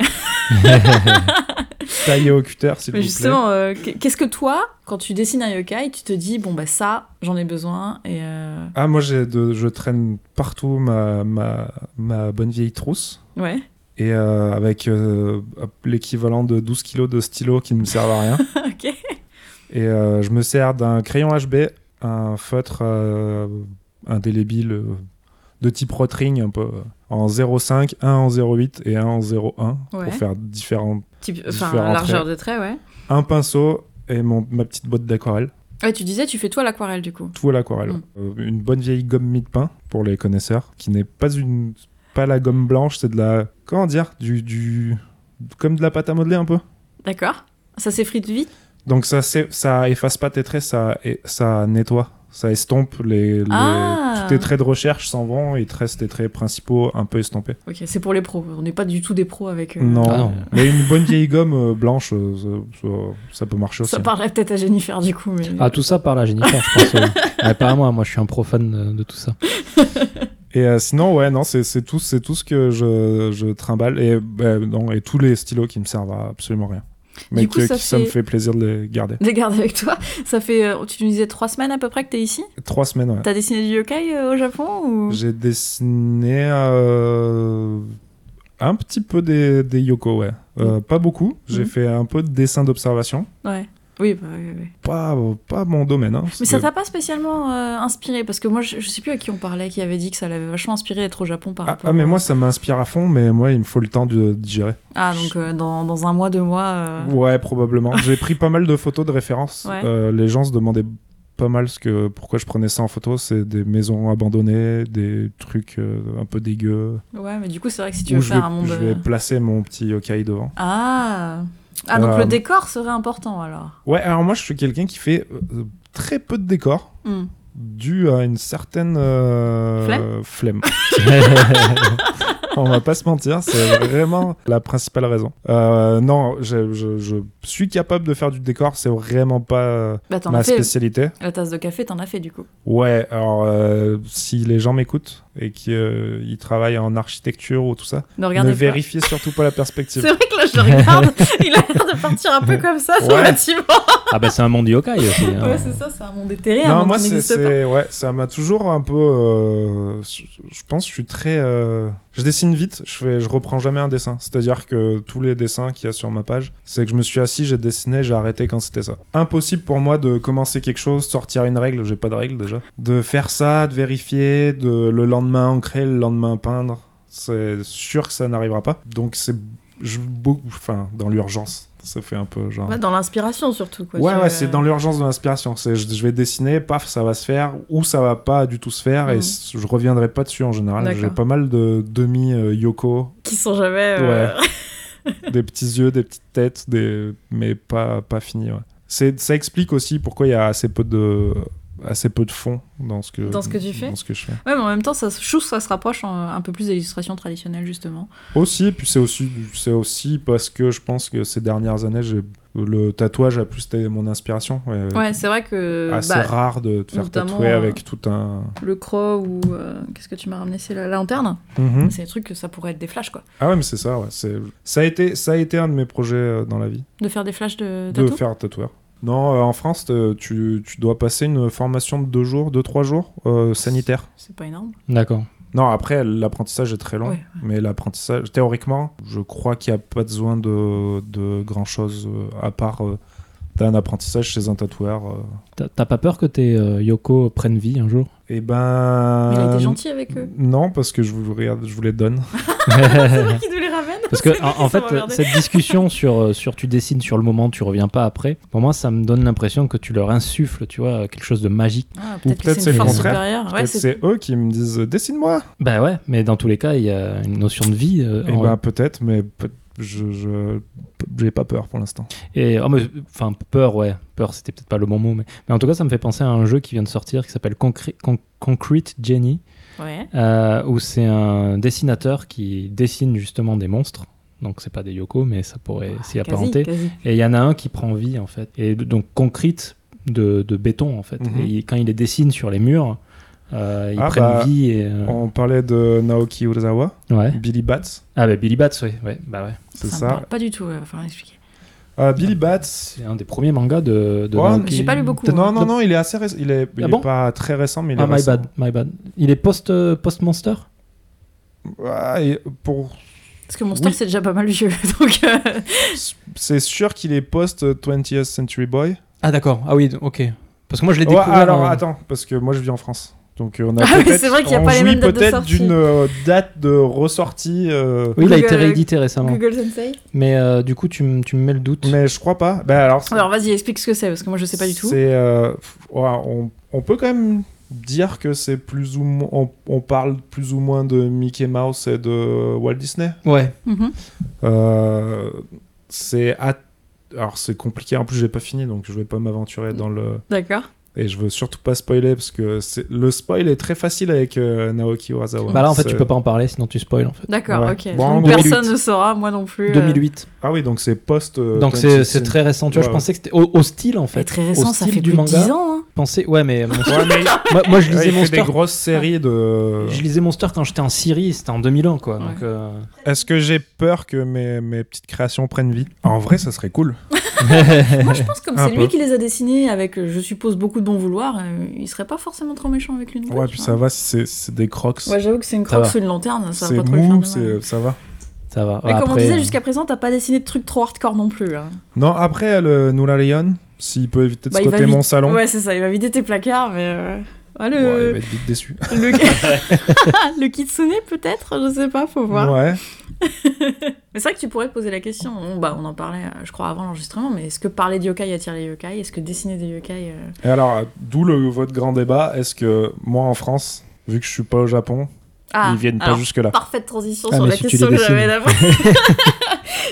[SPEAKER 2] Taillé au cutter, s'il vous
[SPEAKER 1] Mais
[SPEAKER 2] plaît.
[SPEAKER 1] justement, euh, qu- qu'est-ce que toi, quand tu dessines un yokai, tu te dis, bon, bah ça, j'en ai besoin, et. euh,
[SPEAKER 2] Ah, moi, j'ai de- je traîne partout ma, ma, ma bonne vieille trousse.
[SPEAKER 1] Ouais.
[SPEAKER 2] Et euh, avec euh, hop, l'équivalent de 12 kilos de stylos qui ne me servent à rien.
[SPEAKER 1] ok.
[SPEAKER 2] Et euh, je me sers d'un crayon HB, un feutre euh, indélébile euh, de type rotring un peu euh, en 0,5, un en 0,8 et un en 0,1
[SPEAKER 1] Ouais.
[SPEAKER 2] pour faire différents.
[SPEAKER 1] Type-
[SPEAKER 2] Différents
[SPEAKER 1] Enfin, largeur de trait, ouais.
[SPEAKER 2] Un pinceau et mon, ma petite boîte d'aquarelle,
[SPEAKER 1] Ouais, tu disais, tu fais toi l'aquarelle du coup.
[SPEAKER 2] tout à l'aquarelle.
[SPEAKER 1] Mm.
[SPEAKER 2] Euh, une bonne vieille gomme mi-de-pain pour les connaisseurs, qui n'est pas une pas la gomme blanche, c'est de la comment dire du du comme de la pâte à modeler un peu.
[SPEAKER 1] D'accord Ça s'effrite vite
[SPEAKER 2] Donc ça c'est- ça efface pas tes traits, ça et- ça nettoie, ça estompe les, les-
[SPEAKER 1] Ah.
[SPEAKER 2] tous tes traits de recherche s'en vont et il te reste tes traits principaux un peu estompés.
[SPEAKER 1] Ok, c'est pour les pros. On n'est pas du tout des pros avec. euh,
[SPEAKER 2] Non,
[SPEAKER 3] Ah non.
[SPEAKER 2] mais une bonne vieille gomme euh, blanche, euh, ça, ça- ça peut marcher aussi.
[SPEAKER 1] Ça parlerait peut-être à Jennifer du coup, mais.
[SPEAKER 3] Ah, tout ça par là, Jennifer, je pense. euh. Ouais, pas à moi, moi je suis un profane de, de tout ça.
[SPEAKER 2] Et euh, sinon ouais non c'est c'est tout c'est tout ce que je, je trimballe et bah, non et tous les stylos qui me servent à absolument rien. Mais
[SPEAKER 1] Du coup,
[SPEAKER 2] que-
[SPEAKER 1] ça
[SPEAKER 2] que ça me
[SPEAKER 1] fait-
[SPEAKER 2] fait plaisir de les garder.
[SPEAKER 1] Des gardes avec toi. Ça fait. euh, Tu nous disais trois semaines à peu près que t'es ici
[SPEAKER 2] Trois semaines ouais.
[SPEAKER 1] T'as dessiné du yokai euh, au Japon ou...
[SPEAKER 2] J'ai dessiné euh, un petit peu des, des Yoko, ouais. Euh, Pas beaucoup. J'ai
[SPEAKER 1] Mhm.
[SPEAKER 2] fait un peu de dessin d'observation.
[SPEAKER 1] Ouais. Oui, bah, oui, oui.
[SPEAKER 2] Pas, pas mon domaine. hein.
[SPEAKER 1] Mais ça
[SPEAKER 2] Le-
[SPEAKER 1] t'a pas spécialement euh, inspiré Parce que moi, je, je sais plus à qui on parlait, qui avait dit que ça l'avait vachement inspiré d'être au Japon par
[SPEAKER 2] ah,
[SPEAKER 1] rapport.
[SPEAKER 2] ah, mais
[SPEAKER 1] à-
[SPEAKER 2] moi ça m'inspire à fond, mais moi il me faut le temps de digérer.
[SPEAKER 1] Ah, donc euh, dans, dans un mois, deux mois. euh,
[SPEAKER 2] Ouais, probablement. J'ai pris pas mal de photos de référence.
[SPEAKER 1] Ouais.
[SPEAKER 2] Euh, les gens se demandaient pas mal ce que, pourquoi je prenais ça en photo. C'est des maisons abandonnées, des trucs euh, un peu dégueux.
[SPEAKER 1] ouais. mais du coup, c'est vrai que si tu
[SPEAKER 2] où
[SPEAKER 1] veux
[SPEAKER 2] je
[SPEAKER 1] faire
[SPEAKER 2] vais,
[SPEAKER 1] un monde.
[SPEAKER 2] je
[SPEAKER 1] euh,
[SPEAKER 2] vais placer mon petit yokai devant.
[SPEAKER 1] Ah Ah, donc
[SPEAKER 2] Euh,
[SPEAKER 1] le décor serait important alors.
[SPEAKER 2] Ouais, alors moi je suis quelqu'un qui fait euh, très peu de décors.
[SPEAKER 1] Hmm.
[SPEAKER 2] dû à une certaine euh,
[SPEAKER 1] Flemme
[SPEAKER 2] flemme. On va pas se mentir, c'est vraiment la principale raison. Euh, non, je, je- je suis capable de faire du décor, c'est vraiment pas euh,
[SPEAKER 1] Bah, t'en
[SPEAKER 2] ma
[SPEAKER 1] as fait.
[SPEAKER 2] spécialité.
[SPEAKER 1] La tasse de café, t'en as fait du coup.
[SPEAKER 2] Ouais, alors euh, si les gens m'écoutent et qu'ils euh, ils travaillent en architecture ou tout ça,
[SPEAKER 1] Ne regardez
[SPEAKER 2] ne
[SPEAKER 1] pas.
[SPEAKER 2] vérifiez surtout pas la perspective.
[SPEAKER 1] C'est vrai que là, je le regarde, il a l'air de partir un peu comme ça, ce
[SPEAKER 2] Ouais.
[SPEAKER 1] bâtiment.
[SPEAKER 3] Ah bah c'est un monde yokai aussi. hein.
[SPEAKER 1] Ouais, c'est ça, c'est un monde éthéré, un
[SPEAKER 2] Non,
[SPEAKER 1] monde
[SPEAKER 2] moi,
[SPEAKER 1] qui
[SPEAKER 2] c'est,
[SPEAKER 1] n'existe pas.
[SPEAKER 2] c'est- ouais, ça m'a toujours un peu. euh, je je pense que je suis très. euh, je dessine vite, je, fais, je reprends jamais un dessin. C'est-à-dire que tous les dessins qu'il y a sur ma page, c'est que je me suis assis, j'ai dessiné, j'ai arrêté quand c'était ça. Impossible pour moi de commencer quelque chose, sortir une règle, j'ai pas de règle déjà. De faire ça, de vérifier, de le lendemain ancrer, le lendemain peindre. C'est sûr que ça n'arrivera pas. Donc c'est. Je, beau- enfin, dans l'urgence. Ça fait un peu genre.
[SPEAKER 1] Ouais, dans l'inspiration surtout. Quoi.
[SPEAKER 2] Ouais,
[SPEAKER 1] Tu-
[SPEAKER 2] ouais, c'est dans l'urgence de l'inspiration. C'est je, je vais dessiner, paf, ça va se faire, ou ça va pas du tout se faire,
[SPEAKER 1] Mhm.
[SPEAKER 2] et c- je reviendrai pas dessus en général.
[SPEAKER 1] D'accord.
[SPEAKER 2] J'ai pas mal de demi-yoko,
[SPEAKER 1] Qui sont jamais. euh,
[SPEAKER 2] des petits yeux, des petites têtes, des... mais pas, pas fini. Ouais. C'est- Ça explique aussi pourquoi il y a assez peu de assez peu de fond dans ce que
[SPEAKER 1] Dans ce que tu fais
[SPEAKER 2] dans ce que je fais
[SPEAKER 1] Ouais, mais en même temps, ça, se- je trouve que ça se rapproche en- un peu plus des illustrations traditionnelles, justement.
[SPEAKER 2] aussi puis c'est aussi c'est aussi parce que je pense que ces dernières années j'ai le tatouage a plus été mon inspiration ouais.
[SPEAKER 1] Ouais, c'est vrai que
[SPEAKER 2] assez
[SPEAKER 1] bah,
[SPEAKER 2] Euh, ah, rare de te faire
[SPEAKER 1] notamment,
[SPEAKER 2] tatouer
[SPEAKER 1] euh,
[SPEAKER 2] avec tout un
[SPEAKER 1] le croc ou. euh, Qu'est-ce que tu m'as ramené C'est la lanterne
[SPEAKER 2] Mhm.
[SPEAKER 1] C'est des trucs que ça pourrait être des flashs, quoi.
[SPEAKER 2] Ah ouais, mais c'est ça, ouais. C'est... Ça, a été, ça a été un de mes projets euh, dans la vie,
[SPEAKER 1] De faire des flashs de
[SPEAKER 2] de
[SPEAKER 1] tatou
[SPEAKER 2] faire tatoueur. Non, euh, en France, te- tu, tu dois passer une formation de deux jours, deux, trois jours euh, sanitaire.
[SPEAKER 1] C'est pas énorme.
[SPEAKER 3] D'accord.
[SPEAKER 2] Non, après, l'apprentissage est très long.
[SPEAKER 1] Ouais, ouais.
[SPEAKER 2] Mais l'apprentissage, théoriquement, je crois qu'il n'y a pas besoin de, de grand-chose euh, à part euh, d'un apprentissage chez un tatoueur. euh.
[SPEAKER 3] T'as- T'as pas peur que tes euh, Yoko prennent vie un jour
[SPEAKER 2] Eh ben...
[SPEAKER 1] Mais il a été gentil avec eux.
[SPEAKER 2] Non, parce que je vous, regarde, je vous les donne.
[SPEAKER 1] C'est vrai qu'ils nous les ramènent.
[SPEAKER 3] Parce que
[SPEAKER 1] C'est nous
[SPEAKER 3] en,
[SPEAKER 1] qui
[SPEAKER 3] en fait,
[SPEAKER 1] sommes emmerdés.
[SPEAKER 3] cette discussion sur euh, sur tu dessines sur le moment, tu reviens pas après. Pour moi, ça me donne l'impression que tu leur insuffles, tu vois, quelque chose de magique.
[SPEAKER 1] Ah,
[SPEAKER 2] Ou
[SPEAKER 1] peut-être
[SPEAKER 2] peut-être
[SPEAKER 1] que c'est
[SPEAKER 2] c'est
[SPEAKER 1] une
[SPEAKER 2] le
[SPEAKER 1] force
[SPEAKER 2] contraire.
[SPEAKER 1] supérieure.
[SPEAKER 2] Et
[SPEAKER 1] Ouais, c'est
[SPEAKER 2] c'est eux qui me disent « dessine-moi ».
[SPEAKER 3] Bah ouais, mais dans tous les cas, il y a une notion de vie. euh,
[SPEAKER 2] Eh
[SPEAKER 3] en-
[SPEAKER 2] ben peut-être, mais peut- je je- j'ai pas peur pour l'instant.
[SPEAKER 3] Et oh, mais, enfin peur, ouais, peur, c'était peut-être pas le bon mot, mais, mais en tout cas, ça me fait penser à un jeu qui vient de sortir qui s'appelle Concre- Con- Concrete Jenny,
[SPEAKER 1] Ouais.
[SPEAKER 3] euh, où c'est un dessinateur qui dessine justement des monstres. Donc c'est pas des Yoko, mais ça pourrait s'y apparenter.
[SPEAKER 1] Ah, Quasi, quasi.
[SPEAKER 3] Et il y en a un qui prend vie en fait. Et d- donc Concrete de, de béton en fait.
[SPEAKER 2] Mhm.
[SPEAKER 3] Et il- quand il les dessine sur les murs, euh, ils
[SPEAKER 2] Ah,
[SPEAKER 3] prennent
[SPEAKER 2] bah,
[SPEAKER 3] vie. Et, euh,
[SPEAKER 2] On parlait de Naoki Urasawa,
[SPEAKER 3] Ouais.
[SPEAKER 2] Billy Bats,
[SPEAKER 3] Ah bah Billy Bats, ouais, ouais, bah ouais.
[SPEAKER 2] c'est
[SPEAKER 1] me
[SPEAKER 2] ça.
[SPEAKER 1] parle Pas du tout, euh, faut rien expliquer.
[SPEAKER 2] Ah, Billy Bats.
[SPEAKER 3] C'est un des premiers mangas de. de
[SPEAKER 2] Ouais,
[SPEAKER 3] Naoki.
[SPEAKER 1] J'ai pas lu beaucoup.
[SPEAKER 2] Non, non,
[SPEAKER 3] Le-
[SPEAKER 2] non, il est assez réc- il est, il
[SPEAKER 3] Ah
[SPEAKER 2] est
[SPEAKER 3] bon
[SPEAKER 2] pas très récent, mais il est
[SPEAKER 3] Ah my
[SPEAKER 2] récent.
[SPEAKER 3] bad, my bad. Il est post euh, post monster.
[SPEAKER 2] Ouais, et pour...
[SPEAKER 1] Parce que Monster,
[SPEAKER 2] Oui.
[SPEAKER 1] c'est déjà pas mal vieux. Donc, euh,
[SPEAKER 2] C'est sûr qu'il est post-20th Century Boy.
[SPEAKER 3] Ah d'accord. Ah oui, ok. Parce que moi je l'ai
[SPEAKER 2] Ouais,
[SPEAKER 3] découvert. euh,
[SPEAKER 2] alors
[SPEAKER 3] en-
[SPEAKER 2] attends, parce que moi je vis en France. Donc euh, on a
[SPEAKER 1] Ah oui,
[SPEAKER 2] peut-être-
[SPEAKER 1] c'est vrai qu'il y a
[SPEAKER 2] on
[SPEAKER 1] pas les
[SPEAKER 2] jouit
[SPEAKER 1] mêmes dates de
[SPEAKER 2] peut-être
[SPEAKER 1] sortie.
[SPEAKER 2] d'une euh, date de ressortie. euh,
[SPEAKER 3] Oui, il a été
[SPEAKER 1] Google-
[SPEAKER 3] réédité récemment.
[SPEAKER 1] Google Sensei.
[SPEAKER 3] Mais euh, du coup, tu, me- tu me mets le doute.
[SPEAKER 2] Mais je crois pas. Bah, alors, c'est-
[SPEAKER 1] Alors vas-y, explique ce que c'est, parce que moi je sais pas du tout.
[SPEAKER 2] C'est, euh, pff, ouais, on, on peut quand même dire que c'est plus ou moins. On, on parle plus ou moins de Mickey Mouse et de Walt Disney.
[SPEAKER 3] Ouais.
[SPEAKER 1] Mhm.
[SPEAKER 2] Euh, c'est. at- Alors c'est compliqué. En plus, j'ai pas fini, donc je vais pas m'aventurer dans le.
[SPEAKER 1] D'accord.
[SPEAKER 2] Et je veux surtout pas spoiler parce que c'est- le spoil est très facile avec euh, Naoki Urasawa.
[SPEAKER 3] Bah là en fait,
[SPEAKER 2] C'est-
[SPEAKER 3] tu peux pas en parler, sinon tu spoil en fait.
[SPEAKER 1] D'accord,
[SPEAKER 2] Ouais.
[SPEAKER 1] ok.
[SPEAKER 2] Bon,
[SPEAKER 1] Donc,
[SPEAKER 2] en
[SPEAKER 1] personne
[SPEAKER 3] 2008.
[SPEAKER 1] ne saura, moi non plus. euh.
[SPEAKER 3] 2008.
[SPEAKER 2] Ah oui, donc c'est post. euh,
[SPEAKER 3] Donc
[SPEAKER 2] 26,
[SPEAKER 3] c'est c'est très récent. Tu vois,
[SPEAKER 2] Ouais,
[SPEAKER 3] je pensais que c'était au, au style en
[SPEAKER 1] Mais
[SPEAKER 3] fait.
[SPEAKER 1] très récent,
[SPEAKER 3] au
[SPEAKER 1] ça
[SPEAKER 3] style
[SPEAKER 1] fait
[SPEAKER 3] du
[SPEAKER 1] plus de
[SPEAKER 3] manga.
[SPEAKER 1] 10 ans. hein.
[SPEAKER 3] Pensais- Ouais, mais mon-
[SPEAKER 2] Ouais, mais Ah,
[SPEAKER 3] moi, moi, je
[SPEAKER 2] il
[SPEAKER 3] lisais
[SPEAKER 2] fait des
[SPEAKER 3] Monster.
[SPEAKER 2] grosses séries de.
[SPEAKER 3] Je lisais Monster quand j'étais en Syrie, c'était en 2001 quoi.
[SPEAKER 1] Ouais.
[SPEAKER 3] Donc, euh,
[SPEAKER 2] Est-ce que j'ai peur que mes, mes petites créations prennent vie En vrai, ça serait cool.
[SPEAKER 1] Moi je pense que comme
[SPEAKER 2] Un
[SPEAKER 1] c'est
[SPEAKER 2] peu.
[SPEAKER 1] lui qui les a dessinés avec, euh, je suppose, beaucoup de bon vouloir, euh, il serait pas forcément trop méchant avec lui non plus,
[SPEAKER 2] Ouais,
[SPEAKER 1] tu
[SPEAKER 2] puis
[SPEAKER 1] vois.
[SPEAKER 2] ça va si c'est- c'est des crocs.
[SPEAKER 1] Ouais, j'avoue que c'est une
[SPEAKER 3] Ça va.
[SPEAKER 1] croque sous une lanterne, ça va
[SPEAKER 2] c'est
[SPEAKER 1] pas trop lui faire
[SPEAKER 2] mou,
[SPEAKER 1] de mal.
[SPEAKER 2] c'est- euh, ça va.
[SPEAKER 3] ça va.
[SPEAKER 1] Mais
[SPEAKER 3] Ouais,
[SPEAKER 1] comme on
[SPEAKER 3] après,
[SPEAKER 1] disait,
[SPEAKER 3] euh,
[SPEAKER 1] jusqu'à présent, t'as pas dessiné de trucs trop hardcore non plus. hein.
[SPEAKER 2] Non, après, le Nularion, S'il peut éviter de
[SPEAKER 1] Bah, il va
[SPEAKER 2] squatter
[SPEAKER 1] vite-
[SPEAKER 2] mon salon,
[SPEAKER 1] Ouais, c'est ça, il va vider tes placards, mais. euh, ah,
[SPEAKER 2] bon, il
[SPEAKER 1] le...
[SPEAKER 2] va être vite déçu.
[SPEAKER 1] le... le kitsune, peut-être Je sais pas, faut voir.
[SPEAKER 2] Ouais.
[SPEAKER 1] Mais c'est vrai que tu pourrais poser la question. On, bah, on en parlait, euh, je crois, avant l'enregistrement, mais est-ce que parler de yokai attire les yokai Est-ce que dessiner des yokai. euh,
[SPEAKER 2] Et alors, d'où le, votre grand débat, est-ce que moi en France, vu que je suis pas au Japon,
[SPEAKER 1] Ah,
[SPEAKER 2] ils viennent
[SPEAKER 1] alors,
[SPEAKER 2] pas jusque-là
[SPEAKER 1] Parfaite transition
[SPEAKER 3] Ah,
[SPEAKER 1] sur
[SPEAKER 3] mais
[SPEAKER 1] la
[SPEAKER 3] si tu
[SPEAKER 1] question
[SPEAKER 3] les
[SPEAKER 1] que j'avais
[SPEAKER 3] dessines.
[SPEAKER 1] d'avant.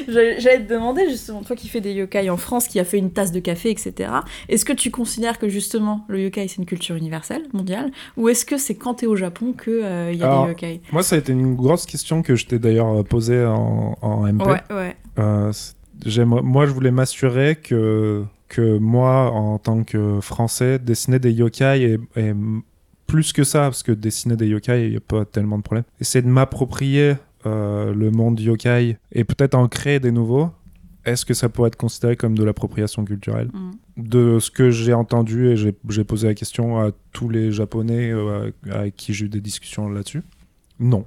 [SPEAKER 1] J'allais j'allais te demander justement, toi qui fais des yokai en France, qui a fait une tasse de café, etc. Est-ce que tu considères que justement le yokai c'est une culture universelle, mondiale, ou est-ce que c'est quand t'es au Japon que euh, il y a
[SPEAKER 2] Alors,
[SPEAKER 1] des yokai
[SPEAKER 2] Moi, ça a été une grosse question que je t'ai d'ailleurs euh, posée en, en MP.
[SPEAKER 1] Ouais, ouais.
[SPEAKER 2] Euh, c'est- j'aimerais- moi, je voulais m'assurer que, que moi, en tant que Français, dessiner des yokai et, et m- plus que ça, parce que dessiner des yokai, il n'y a pas tellement de problème. Essayer de m'approprier euh, le monde yokai et peut-être en créer des nouveaux. Est-ce que ça pourrait être considéré comme de l'appropriation culturelle
[SPEAKER 1] Mm.
[SPEAKER 2] De ce que j'ai entendu, et j'ai- j'ai posé la question à tous les Japonais euh, à, à qui j'ai eu des discussions là-dessus, non.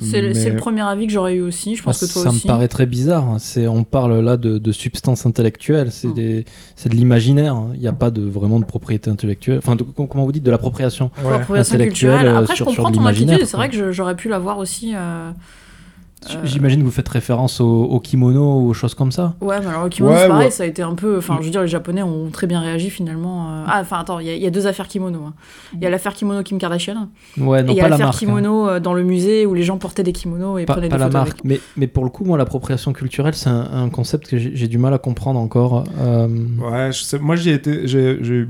[SPEAKER 1] C'est le, c'est le
[SPEAKER 2] Mais-
[SPEAKER 1] premier avis que j'aurais eu aussi, je pense
[SPEAKER 3] Ah,
[SPEAKER 1] que toi
[SPEAKER 3] ça
[SPEAKER 1] aussi.
[SPEAKER 3] me paraît très bizarre. hein. C'est, on parle là de, de substance intellectuelle, c'est,
[SPEAKER 1] Mm.
[SPEAKER 3] des, c'est de l'imaginaire. hein. Il n'y a pas de, vraiment de propriété intellectuelle. Enfin, de- comment vous dites De l'appropriation.
[SPEAKER 2] Ouais.
[SPEAKER 1] Appropriation
[SPEAKER 3] Intellectuelle,
[SPEAKER 1] culturelle.
[SPEAKER 3] euh,
[SPEAKER 1] Après,
[SPEAKER 3] sur-
[SPEAKER 1] je
[SPEAKER 3] sur
[SPEAKER 1] comprends ton
[SPEAKER 3] l'imaginaire,
[SPEAKER 1] attitude, et c'est
[SPEAKER 3] quoi.
[SPEAKER 1] vrai que je- j'aurais pu l'avoir aussi. euh, Euh.
[SPEAKER 3] J'imagine que vous faites référence au, au kimono ou aux choses comme ça.
[SPEAKER 1] Ouais, mais alors le kimono,
[SPEAKER 2] Ouais,
[SPEAKER 1] c'est pareil,
[SPEAKER 2] ouais.
[SPEAKER 1] ça a été un peu.
[SPEAKER 3] Mm.
[SPEAKER 1] Enfin, je veux dire, les Japonais ont très bien réagi finalement. euh, Ah, enfin, attends, il y, a- il y a deux affaires kimono. hein. Il y a l'affaire kimono Kim Kardashian,
[SPEAKER 3] Ouais,
[SPEAKER 1] et
[SPEAKER 3] Mm. non,
[SPEAKER 1] il y
[SPEAKER 3] pas
[SPEAKER 1] a
[SPEAKER 3] la
[SPEAKER 1] l'affaire
[SPEAKER 3] marque. hein.
[SPEAKER 1] kimono euh, dans le musée où les gens portaient des kimonos et
[SPEAKER 3] Pas,
[SPEAKER 1] prenaient
[SPEAKER 3] pas
[SPEAKER 1] des
[SPEAKER 3] la
[SPEAKER 1] photos.
[SPEAKER 3] marque. Mais, mais pour le coup, moi, l'appropriation culturelle, c'est un, un concept que j'ai, j'ai du mal à comprendre encore. euh,
[SPEAKER 2] Ouais, je sais- moi j'y ai été- j'ai- j'ai-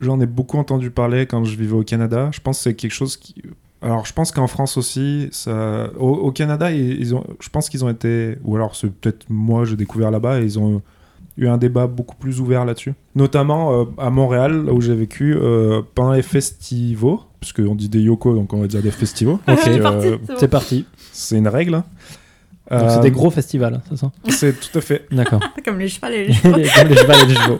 [SPEAKER 2] j'en ai beaucoup entendu parler quand je vivais au Canada. Je pense que c'est quelque chose qui. Alors, je pense qu'en France aussi, ça... au, au Canada, ils, ils ont, je pense qu'ils ont été, ou alors c'est peut-être moi, j'ai découvert là-bas, et ils ont eu un débat beaucoup plus ouvert là-dessus. Notamment euh, à Montréal, là où j'ai vécu, euh, pendant les festivals, puisqu'on dit des yoko, donc on va dire des festivals.
[SPEAKER 3] Ok.
[SPEAKER 2] parce que,
[SPEAKER 3] C'est
[SPEAKER 1] parti.
[SPEAKER 2] euh,
[SPEAKER 1] C'est bon.
[SPEAKER 3] C'est parti.
[SPEAKER 2] c'est une règle. hein.
[SPEAKER 3] Donc,
[SPEAKER 2] Euh,
[SPEAKER 3] c'est des gros festivals, c'est ça
[SPEAKER 2] C'est tout à fait.
[SPEAKER 3] D'accord.
[SPEAKER 1] Comme les chevals et les
[SPEAKER 3] Comme les chevals et les chevaux.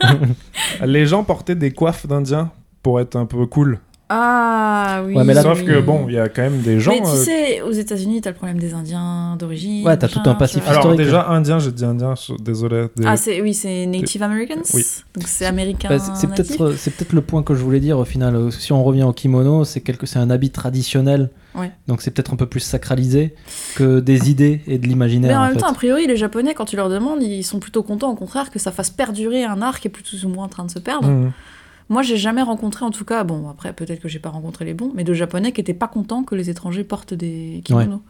[SPEAKER 2] Les gens portaient des coiffes d'Indiens pour être un peu cool.
[SPEAKER 1] Ah, oui.
[SPEAKER 3] Ouais, mais là-
[SPEAKER 2] Sauf que bon, il y a quand même des gens.
[SPEAKER 1] mais tu
[SPEAKER 2] euh,
[SPEAKER 1] sais, aux États-Unis, t'as le problème des Indiens d'origine.
[SPEAKER 3] Ouais, t'as tout
[SPEAKER 1] machin,
[SPEAKER 3] un passif
[SPEAKER 1] tu vois.
[SPEAKER 2] Alors
[SPEAKER 3] historique.
[SPEAKER 2] déjà indien, j'ai dit indien, je- désolé. Des-
[SPEAKER 1] Ah, c'est, oui, c'est Native Americans.
[SPEAKER 2] Oui.
[SPEAKER 1] Donc c'est américain.
[SPEAKER 3] Bah, c'est- c'est
[SPEAKER 1] natif.
[SPEAKER 3] peut-être euh, c'est peut-être le point que je voulais dire au final. Euh, Si on revient au kimono, c'est quelque c'est un habit traditionnel.
[SPEAKER 1] Ouais.
[SPEAKER 3] Donc c'est peut-être un peu plus sacralisé que des idées et de
[SPEAKER 1] Mais
[SPEAKER 3] l'imaginaire.
[SPEAKER 1] en,
[SPEAKER 3] en
[SPEAKER 1] même
[SPEAKER 3] fait.
[SPEAKER 1] temps, a priori, les Japonais, quand tu leur demandes, ils sont plutôt contents, au contraire, que ça fasse perdurer un art qui est plus ou moins en train de se perdre.
[SPEAKER 2] Mhm.
[SPEAKER 1] Moi, j'ai jamais rencontré, en tout cas, bon, après, peut-être que j'ai pas rencontré les bons, mais de japonais qui étaient pas contents que les étrangers portent des kimonos.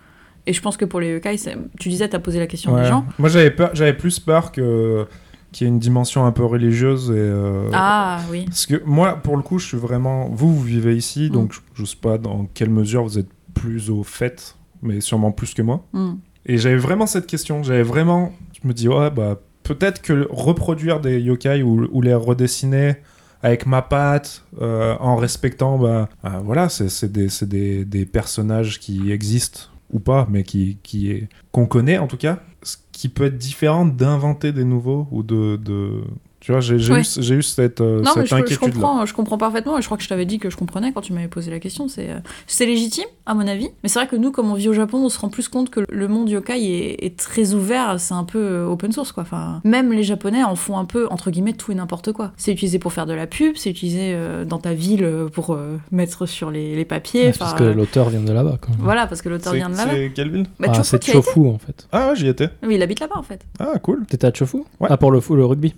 [SPEAKER 1] Et je pense que pour les yokai, c'est- tu disais, t'as posé la question
[SPEAKER 2] Ouais.
[SPEAKER 1] des gens.
[SPEAKER 2] Moi j'avais peur, j'avais plus peur que qu'il y ait une dimension un peu religieuse et. euh,
[SPEAKER 1] Ah oui.
[SPEAKER 2] Parce que moi, pour le coup, je suis vraiment. Vous, vous vivez ici,
[SPEAKER 1] Mm.
[SPEAKER 2] donc je, je sais pas dans quelle mesure vous êtes plus au fait, mais sûrement plus que moi.
[SPEAKER 1] Hmm.
[SPEAKER 2] Et j'avais vraiment cette question. J'avais vraiment. Je me dis, ouais, bah, peut-être que reproduire des yokai ou, ou les redessiner avec ma patte, euh, en respectant, bah, euh, voilà, c'est c'est des, c'est des, des personnages qui existent ou pas, mais qui, qui est, qu'on connaît en tout cas, ce qui peut être différent d'inventer des nouveaux ou de. de... Tu vois, j'ai j'ai
[SPEAKER 1] Ouais.
[SPEAKER 2] eu, ce- j'ai eu cette,
[SPEAKER 1] Non,
[SPEAKER 2] euh,
[SPEAKER 1] mais
[SPEAKER 2] cette
[SPEAKER 1] je, je
[SPEAKER 2] inquiétude-là.
[SPEAKER 1] comprends, je comprends parfaitement, et je crois que je t'avais dit que je comprenais quand tu m'avais posé la question. C'est euh, c'est légitime, à mon avis. Mais c'est vrai que nous, comme on vit au Japon, on se rend plus compte que le monde yokai est, est très ouvert, c'est un peu euh, open source, quoi. Enfin, même les Japonais en font un peu, entre guillemets, tout et n'importe quoi. C'est utilisé pour faire de la pub, c'est utilisé euh, dans ta ville euh, pour euh, mettre sur les, les papiers.
[SPEAKER 3] Ouais,
[SPEAKER 1] enfin, Bah,
[SPEAKER 3] parce que l'auteur vient de là-bas. Quoi.
[SPEAKER 1] Voilà, parce que l'auteur vient de
[SPEAKER 2] C'est-
[SPEAKER 1] là-bas.
[SPEAKER 2] C'est quelle ville
[SPEAKER 1] Bah,
[SPEAKER 3] Ah,
[SPEAKER 1] Chofu,
[SPEAKER 3] c'est
[SPEAKER 1] tu y as été
[SPEAKER 3] Chofu en fait.
[SPEAKER 2] Ah ouais, j'y étais.
[SPEAKER 1] Oui, il habite là-bas, en fait.
[SPEAKER 2] Ah cool.
[SPEAKER 3] T'étais à Chofu
[SPEAKER 2] Ouais.
[SPEAKER 3] Ah pour le fou le rugby.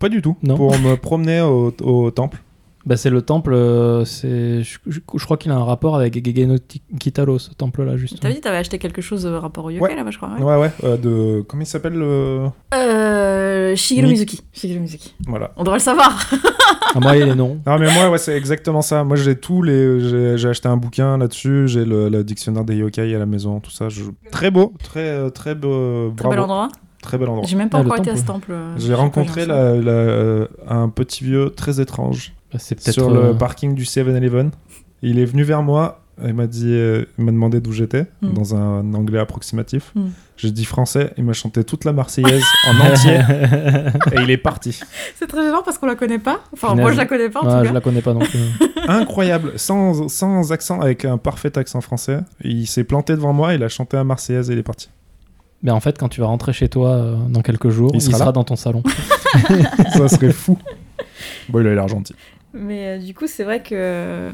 [SPEAKER 2] Pas du tout.
[SPEAKER 3] Non.
[SPEAKER 2] Pour me promener au, au temple.
[SPEAKER 3] Bah c'est le temple. euh, c'est je, je- je crois qu'il a un rapport avec Gegeno Kitaro ce temple là
[SPEAKER 1] T'avais
[SPEAKER 3] justement.
[SPEAKER 1] dit que t'avais acheté quelque chose euh, rapport au yokai,
[SPEAKER 2] Ouais.
[SPEAKER 1] là-bas, je crois. ouais.
[SPEAKER 2] Ouais, ouais. euh, de... Comment il s'appelle le...
[SPEAKER 1] Euh, Shigeru
[SPEAKER 2] Mi-
[SPEAKER 1] Mizuki. Shigeru Mizuki.
[SPEAKER 2] Voilà.
[SPEAKER 1] On devrait le savoir.
[SPEAKER 3] Ah moi il les noms.
[SPEAKER 2] Non mais moi ouais, c'est exactement ça. Moi j'ai tous les j'ai- j'ai acheté un bouquin là-dessus, j'ai le, le dictionnaire des yokai à la maison, tout ça. Je- Très beau, très euh, très beau,
[SPEAKER 1] Très bel
[SPEAKER 2] bravo.
[SPEAKER 1] endroit.
[SPEAKER 2] Très bel endroit.
[SPEAKER 1] J'ai même pas
[SPEAKER 3] Ah, le
[SPEAKER 1] encore été à
[SPEAKER 3] temple.
[SPEAKER 1] ce temple. euh,
[SPEAKER 2] J'ai
[SPEAKER 1] pas
[SPEAKER 2] rencontré
[SPEAKER 1] eu la chance.
[SPEAKER 2] la- la- euh, un petit vieux très étrange
[SPEAKER 3] Bah, c'est peut-être
[SPEAKER 2] sur
[SPEAKER 3] euh,
[SPEAKER 2] le parking du 7-Eleven. Il est venu vers moi, il m'a dit, euh, il m'a demandé d'où j'étais
[SPEAKER 1] Mm.
[SPEAKER 2] dans un anglais approximatif.
[SPEAKER 1] Mm.
[SPEAKER 2] J'ai dit français, il m'a chanté toute la Marseillaise en entier et il est parti.
[SPEAKER 1] C'est très gênant parce qu'on la connaît pas. Enfin,
[SPEAKER 3] Finalement.
[SPEAKER 1] moi je la connais pas en
[SPEAKER 3] ouais,
[SPEAKER 1] tout
[SPEAKER 3] je
[SPEAKER 1] cas.
[SPEAKER 3] la connais pas non plus.
[SPEAKER 2] Incroyable, sans, sans accent, avec un parfait accent français. Il s'est planté devant moi, il a chanté un Marseillaise et il est parti.
[SPEAKER 3] mais Ben, en fait, quand tu vas rentrer chez toi euh, dans quelques jours,
[SPEAKER 2] Il
[SPEAKER 3] il
[SPEAKER 2] sera
[SPEAKER 3] sera,
[SPEAKER 2] là
[SPEAKER 3] dans ton salon.
[SPEAKER 2] ça serait fou. Bon, il a l'air gentil.
[SPEAKER 1] Mais euh, du coup, c'est vrai que, euh,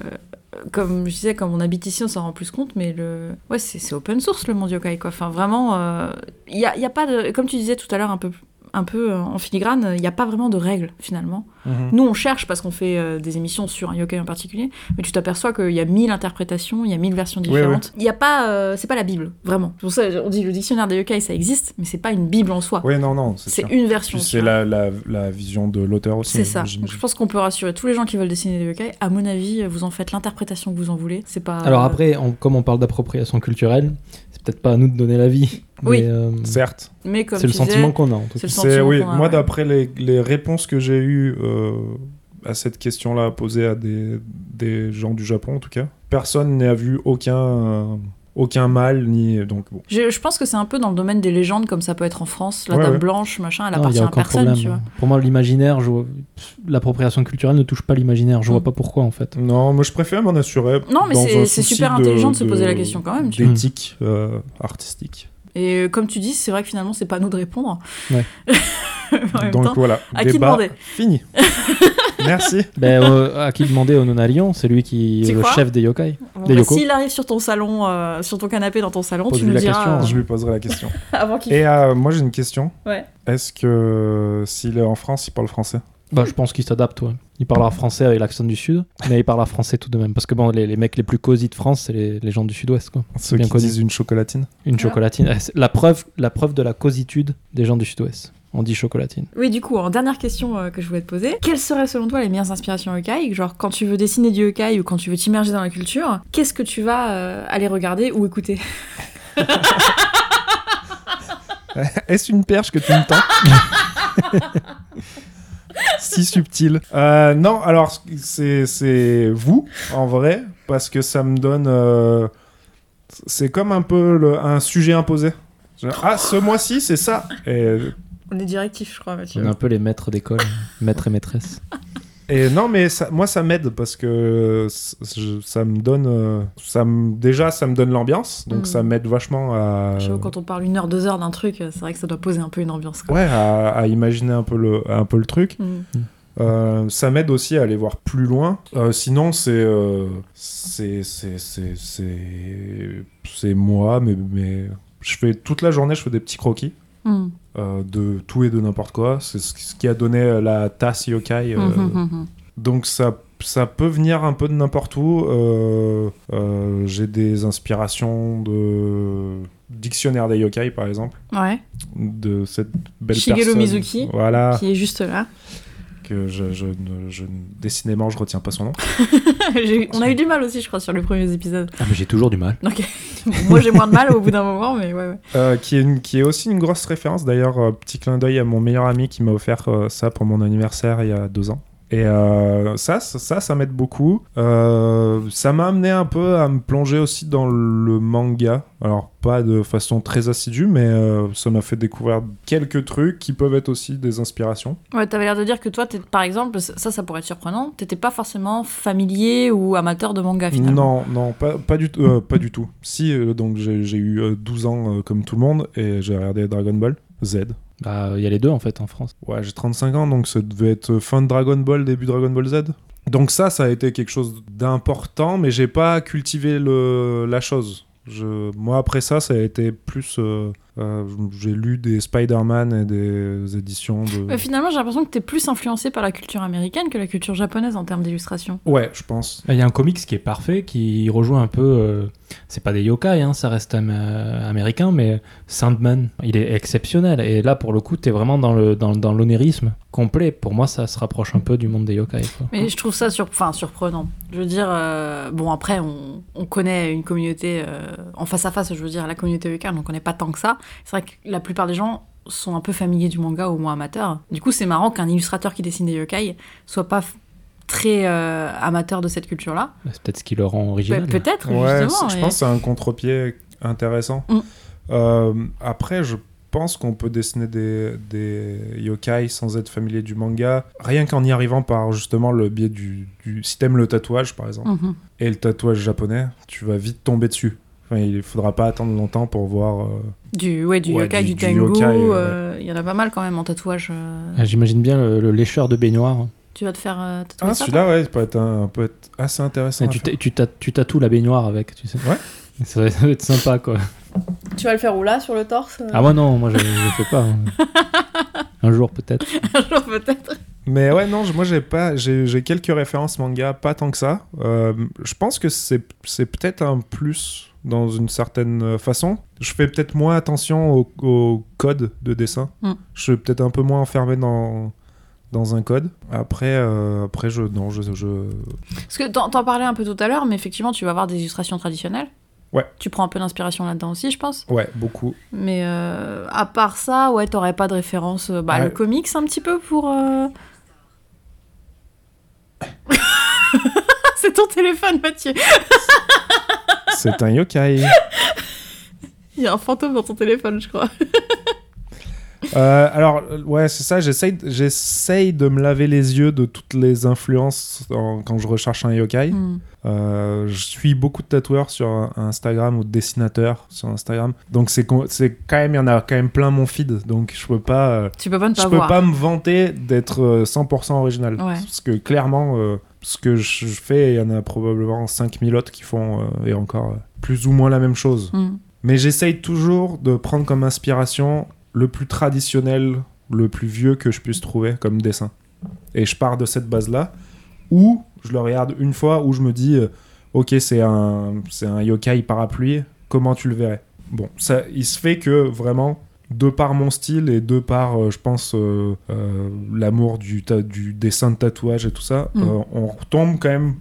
[SPEAKER 1] comme je disais, comme on habite ici, on s'en rend plus compte, mais le... ouais, c'est c'est open source le Mondiokai, quoi. Enfin, vraiment, euh, il n'y a, il y a pas de. Comme tu disais tout à l'heure, un peu, un peu euh, en filigrane, il n'y a pas vraiment de règles, finalement. Nous, on cherche parce qu'on fait euh, des émissions sur un yokai en particulier, mais tu t'aperçois qu'il y a mille interprétations, il y a mille versions
[SPEAKER 2] Oui, oui.
[SPEAKER 1] différentes. Il y a pas. euh, c'est pas la Bible, vraiment. C'est pour ça, on dit le dictionnaire des yokai, ça existe, mais c'est pas une Bible en soi.
[SPEAKER 2] Oui, non, non, c'est
[SPEAKER 1] c'est
[SPEAKER 2] sûr.
[SPEAKER 1] une version.
[SPEAKER 2] Puis
[SPEAKER 1] tu
[SPEAKER 2] c'est
[SPEAKER 1] vois.
[SPEAKER 2] la, la, la vision de l'auteur aussi.
[SPEAKER 1] C'est ça.
[SPEAKER 2] j'imagine.
[SPEAKER 1] Donc, je pense qu'on peut rassurer tous les gens qui veulent dessiner des yokai. À mon avis, vous en faites l'interprétation que vous en voulez. C'est pas.
[SPEAKER 3] Alors après, on- comme on parle d'appropriation culturelle, c'est peut-être pas à nous de donner l'avis.
[SPEAKER 1] Oui.
[SPEAKER 3] mais, euh,
[SPEAKER 2] Certes.
[SPEAKER 1] Mais comme
[SPEAKER 3] c'est le
[SPEAKER 1] tu disais,
[SPEAKER 3] sentiment qu'on a en tout
[SPEAKER 1] c'est
[SPEAKER 3] cas.
[SPEAKER 1] le
[SPEAKER 2] C'est
[SPEAKER 1] sentiment
[SPEAKER 2] oui.
[SPEAKER 1] qu'on a,
[SPEAKER 2] Moi,
[SPEAKER 1] ouais.
[SPEAKER 2] d'après les, les réponses que j'ai eues euh, à cette question-là posée à des, des gens du Japon, en tout cas, personne n'a vu aucun euh, aucun mal ni donc bon.
[SPEAKER 1] Je, je pense que c'est un peu dans le domaine des légendes, comme ça peut être en France, la
[SPEAKER 2] Ouais,
[SPEAKER 1] Dame
[SPEAKER 2] ouais.
[SPEAKER 1] Blanche, machin, elle
[SPEAKER 3] Non,
[SPEAKER 1] appartient
[SPEAKER 3] il y a
[SPEAKER 1] à
[SPEAKER 3] aucun
[SPEAKER 1] personne,
[SPEAKER 3] problème.
[SPEAKER 1] tu vois.
[SPEAKER 3] Pour moi, l'imaginaire, je vois- l'appropriation culturelle ne touche pas l'imaginaire. Je vois
[SPEAKER 1] Mm.
[SPEAKER 3] pas pourquoi en fait.
[SPEAKER 2] Non, moi je préfère m'en assurer.
[SPEAKER 1] Non, mais
[SPEAKER 2] dans
[SPEAKER 1] c'est-
[SPEAKER 2] un
[SPEAKER 1] c'est
[SPEAKER 2] souci
[SPEAKER 1] super intelligent de se poser la question quand même, tu
[SPEAKER 3] vois.
[SPEAKER 2] D'éthique euh, artistique.
[SPEAKER 1] Et euh, comme tu dis, c'est vrai que finalement, c'est pas à nous de répondre.
[SPEAKER 3] Ouais.
[SPEAKER 1] en même
[SPEAKER 2] Donc
[SPEAKER 1] temps,
[SPEAKER 2] voilà,
[SPEAKER 1] à qui
[SPEAKER 2] débat
[SPEAKER 1] demander
[SPEAKER 2] fini. Merci.
[SPEAKER 3] ben, euh, à qui demander au non-alliant C'est lui qui
[SPEAKER 1] C'est
[SPEAKER 3] est le
[SPEAKER 1] quoi
[SPEAKER 3] chef des yokai.
[SPEAKER 1] bon,
[SPEAKER 3] des
[SPEAKER 1] bah,
[SPEAKER 3] yokos.
[SPEAKER 1] s'il arrive sur ton salon, euh, sur ton canapé dans ton salon, tu
[SPEAKER 3] Pose-lui
[SPEAKER 1] nous
[SPEAKER 3] la
[SPEAKER 1] diras
[SPEAKER 3] question, hein.
[SPEAKER 2] Je
[SPEAKER 1] euh,
[SPEAKER 2] lui poserai la question.
[SPEAKER 1] avant qu'il.
[SPEAKER 2] Et euh, moi j'ai une question.
[SPEAKER 1] Ouais.
[SPEAKER 2] Est-ce que euh, s'il est en France, il parle français
[SPEAKER 3] Bah, je pense qu'il s'adapte. Ouais. Il parlera français avec l'accent du sud, mais il parlera français tout de même. Parce que bon, les, les mecs les plus cosy de France, c'est les, les gens du sud-ouest. quoi.
[SPEAKER 2] Ceux
[SPEAKER 3] bien
[SPEAKER 2] qui
[SPEAKER 3] connu.
[SPEAKER 2] disent une chocolatine
[SPEAKER 3] Une
[SPEAKER 1] Ah.
[SPEAKER 3] chocolatine. Eh, c'est La preuve, la preuve de la cositude des gens du sud-ouest. On dit chocolatine.
[SPEAKER 1] Oui, du coup, en dernière question euh, que je voulais te poser, quelles seraient selon toi les meilleures inspirations yokai Genre, quand tu veux dessiner du yokai ou quand tu veux t'immerger dans la culture, qu'est-ce que tu vas euh, aller regarder ou écouter
[SPEAKER 2] Est-ce une perche que tu me tends Si subtil. Euh, non, alors c'est c'est vous en vrai parce que ça me donne. euh, c'est comme un peu le- un sujet imposé. Genre, ah, ce mois-ci, c'est ça. Et,
[SPEAKER 1] On est directif, je crois, Mathieu.
[SPEAKER 3] On est un peu les maîtres d'école, maîtres et maîtresses.
[SPEAKER 2] et non, mais ça- moi, ça m'aide parce que c- je- ça me donne. euh, ça me- déjà, ça me donne l'ambiance, donc
[SPEAKER 1] Mm.
[SPEAKER 2] ça m'aide vachement à.
[SPEAKER 1] Je sais pas, quand on parle une heure, deux heures d'un truc, euh, c'est vrai que ça doit poser un peu une ambiance. Quoi.
[SPEAKER 2] Ouais, à, à imaginer un peu le, un peu le truc.
[SPEAKER 1] Mm.
[SPEAKER 2] Euh, ça m'aide aussi à aller voir plus loin. Euh, sinon, c'est euh, c'est c'est- c'est- c'est- c'est moi, mais, mais je fais toute la journée, je fais des petits croquis
[SPEAKER 1] Mm.
[SPEAKER 2] euh, de tout et de n'importe quoi. C'est ce, ce qui a donné la tasse yokai. euh,
[SPEAKER 1] Mhm, mhm.
[SPEAKER 2] Donc ça, ça peut venir un peu de n'importe où. Euh, euh, J'ai des inspirations de dictionnaire des yokai, par exemple,
[SPEAKER 1] mm. Ouais,
[SPEAKER 2] de cette belle
[SPEAKER 1] Shigeru
[SPEAKER 2] personne.
[SPEAKER 1] Mizuki,
[SPEAKER 2] Voilà.
[SPEAKER 1] qui est juste là.
[SPEAKER 2] que je, je ne, je ne- décidément je retiens pas son nom.
[SPEAKER 1] J'ai- on a eu du mal aussi, je crois, sur les premiers épisodes.
[SPEAKER 3] Ah, mais j'ai toujours du mal.
[SPEAKER 1] Donc, moi j'ai moins de mal au bout d'un moment, mais ouais, ouais.
[SPEAKER 2] Euh, qui, est une- qui est aussi une grosse référence d'ailleurs. euh, petit clin d'œil à mon meilleur ami qui m'a offert euh, ça pour mon anniversaire il y a deux ans. Et euh, ça, ça, ça, ça m'aide beaucoup. Euh, ça m'a amené un peu à me plonger aussi dans le manga. Alors pas de façon très assidue, mais euh, ça m'a fait découvrir quelques trucs qui peuvent être aussi des inspirations.
[SPEAKER 1] Ouais, t'avais l'air de dire que toi, t'es- par exemple, ça, ça pourrait être surprenant, t'étais pas forcément familier ou amateur de manga Ah, finalement.
[SPEAKER 2] Non, non, pas, pas, du, tout- euh, pas du tout. Si, euh, donc j'ai j'ai eu euh, 12 ans euh, comme tout le monde et j'ai regardé Dragon Ball Z.
[SPEAKER 3] Bah, il y a les deux en fait en France.
[SPEAKER 2] Ouais, j'ai 35 ans, donc ça devait être fin de Dragon Ball, début Dragon Ball Z. Donc ça, ça a été quelque chose d'important, mais j'ai pas cultivé le, la chose. Je, moi, après ça, ça a été plus... euh, euh, j'ai lu des Spider-Man et des éditions de...
[SPEAKER 1] Ouais, finalement, j'ai l'impression que t'es plus influencé par la culture américaine que la culture japonaise en termes d'illustration.
[SPEAKER 2] Ouais, je pense.
[SPEAKER 3] Il y a un comics qui est parfait, qui rejoint un peu. euh, c'est pas des yokai, hein, ça reste am- euh, américain, mais Sandman, il est exceptionnel. Et là, pour le coup, t'es vraiment dans le dans, dans l'onérisme complet. Pour moi, ça se rapproche un peu du monde des yokai. quoi.
[SPEAKER 2] Mm.
[SPEAKER 1] Mais je trouve ça sur... enfin, surprenant. Je veux dire, euh, bon, après, on, on connaît une communauté euh, en face à face, je veux dire, la communauté locale, on connaît pas tant que ça. C'est vrai que la plupart des gens sont un peu familiers du manga, au moins amateurs. Du coup, c'est marrant qu'un illustrateur qui dessine des yokai soit pas f- très euh, amateur de cette culture-là.
[SPEAKER 3] C'est peut-être ce qui le rend
[SPEAKER 1] Pe-
[SPEAKER 3] original.
[SPEAKER 1] Peut-être,
[SPEAKER 2] Ouais,
[SPEAKER 1] justement.
[SPEAKER 2] c'est- je
[SPEAKER 1] et-
[SPEAKER 2] pense que c'est un contre-pied intéressant.
[SPEAKER 1] Mm.
[SPEAKER 2] Euh, après, je pense qu'on peut dessiner des, des yokai sans être familier du manga, rien qu'en y arrivant par justement le biais du, du... Si t'aimes le tatouage, par exemple.
[SPEAKER 1] Mhm.
[SPEAKER 2] et le tatouage japonais, tu vas vite tomber dessus. Enfin, il faudra pas attendre longtemps pour voir. euh,
[SPEAKER 1] Du, ouais, du
[SPEAKER 2] Ouais,
[SPEAKER 1] yokai, du,
[SPEAKER 2] du- du
[SPEAKER 1] tango.
[SPEAKER 2] yokai, ouais.
[SPEAKER 1] euh, Il y en a pas mal quand même en tatouage. euh.
[SPEAKER 3] Ah, J'imagine bien le, le lécheur de baignoire.
[SPEAKER 1] Tu vas te faire euh, tatouer
[SPEAKER 2] Ah,
[SPEAKER 1] ça,
[SPEAKER 2] celui-là, ouais, il peut être, un- peut être assez intéressant.
[SPEAKER 3] Ah,
[SPEAKER 2] à
[SPEAKER 3] tu,
[SPEAKER 2] faire.
[SPEAKER 3] ta- tu ta- tu tatoues la baignoire avec, tu sais.
[SPEAKER 2] Ouais.
[SPEAKER 3] Ça va, ça va être sympa, quoi.
[SPEAKER 1] toi Tu vas le faire où là, sur le torse euh
[SPEAKER 3] Ah, moi, non, moi, je ne fais pas. hein. Un jour, peut-être.
[SPEAKER 1] Un jour peut-être.
[SPEAKER 2] Mais ouais, non, je- moi j'ai pas, j'ai j'ai quelques références manga, pas tant que ça. Euh, je pense que c'est c'est peut-être un plus dans une certaine euh, façon. Je fais peut-être moins attention au, au code de dessin.
[SPEAKER 1] Mm.
[SPEAKER 2] Je suis peut-être un peu moins enfermé dans dans un code. Après, euh, après je non, je, je-
[SPEAKER 1] Parce que t'en t'en parlais un peu tout à l'heure, mais effectivement, tu vas avoir des illustrations traditionnelles.
[SPEAKER 2] Ouais.
[SPEAKER 1] Tu prends un peu d'inspiration là-dedans aussi, je pense.
[SPEAKER 2] ouais beaucoup.
[SPEAKER 1] Mais euh, à part ça, ouais, t'aurais pas de référence. euh, Bah,
[SPEAKER 2] Ouais.
[SPEAKER 1] le comics un petit peu pour. euh, C'est ton téléphone, Mathieu.
[SPEAKER 2] C'est un yokai.
[SPEAKER 1] Il y a un fantôme dans ton téléphone, je crois.
[SPEAKER 2] Euh, alors, euh, ouais, c'est ça, j'essaye de- j'essaye de me laver les yeux de toutes les influences en- quand je recherche un yokai.
[SPEAKER 1] Mm.
[SPEAKER 2] Euh, je suis beaucoup de tatoueurs sur euh, Instagram ou de dessinateurs sur Instagram. Donc c'est con- c'est quand même il y en a quand même plein mon feed. Donc je peux pas euh,
[SPEAKER 1] Tu peux pas ne
[SPEAKER 2] je
[SPEAKER 1] pas
[SPEAKER 2] peux
[SPEAKER 1] voir.
[SPEAKER 2] pas me vanter d'être euh, 100% original
[SPEAKER 1] Ouais.
[SPEAKER 2] parce que clairement euh, ce que je je fais, il y en a probablement 5000 autres qui font euh, et encore euh, plus ou moins la même chose.
[SPEAKER 1] Mm.
[SPEAKER 2] Mais j'essaye toujours de prendre comme inspiration le plus traditionnel, le plus vieux que je puisse trouver comme dessin. Et je pars de cette base-là, ou je le regarde une fois, où je me dis, euh, ok, c'est un, c'est un yokai parapluie, comment tu le verrais Bon, ça, il se fait que vraiment, de par mon style et de par, euh, je pense, euh, euh, l'amour du, ta- du dessin de tatouage et tout ça,
[SPEAKER 1] Mm.
[SPEAKER 2] euh, on retombe quand même,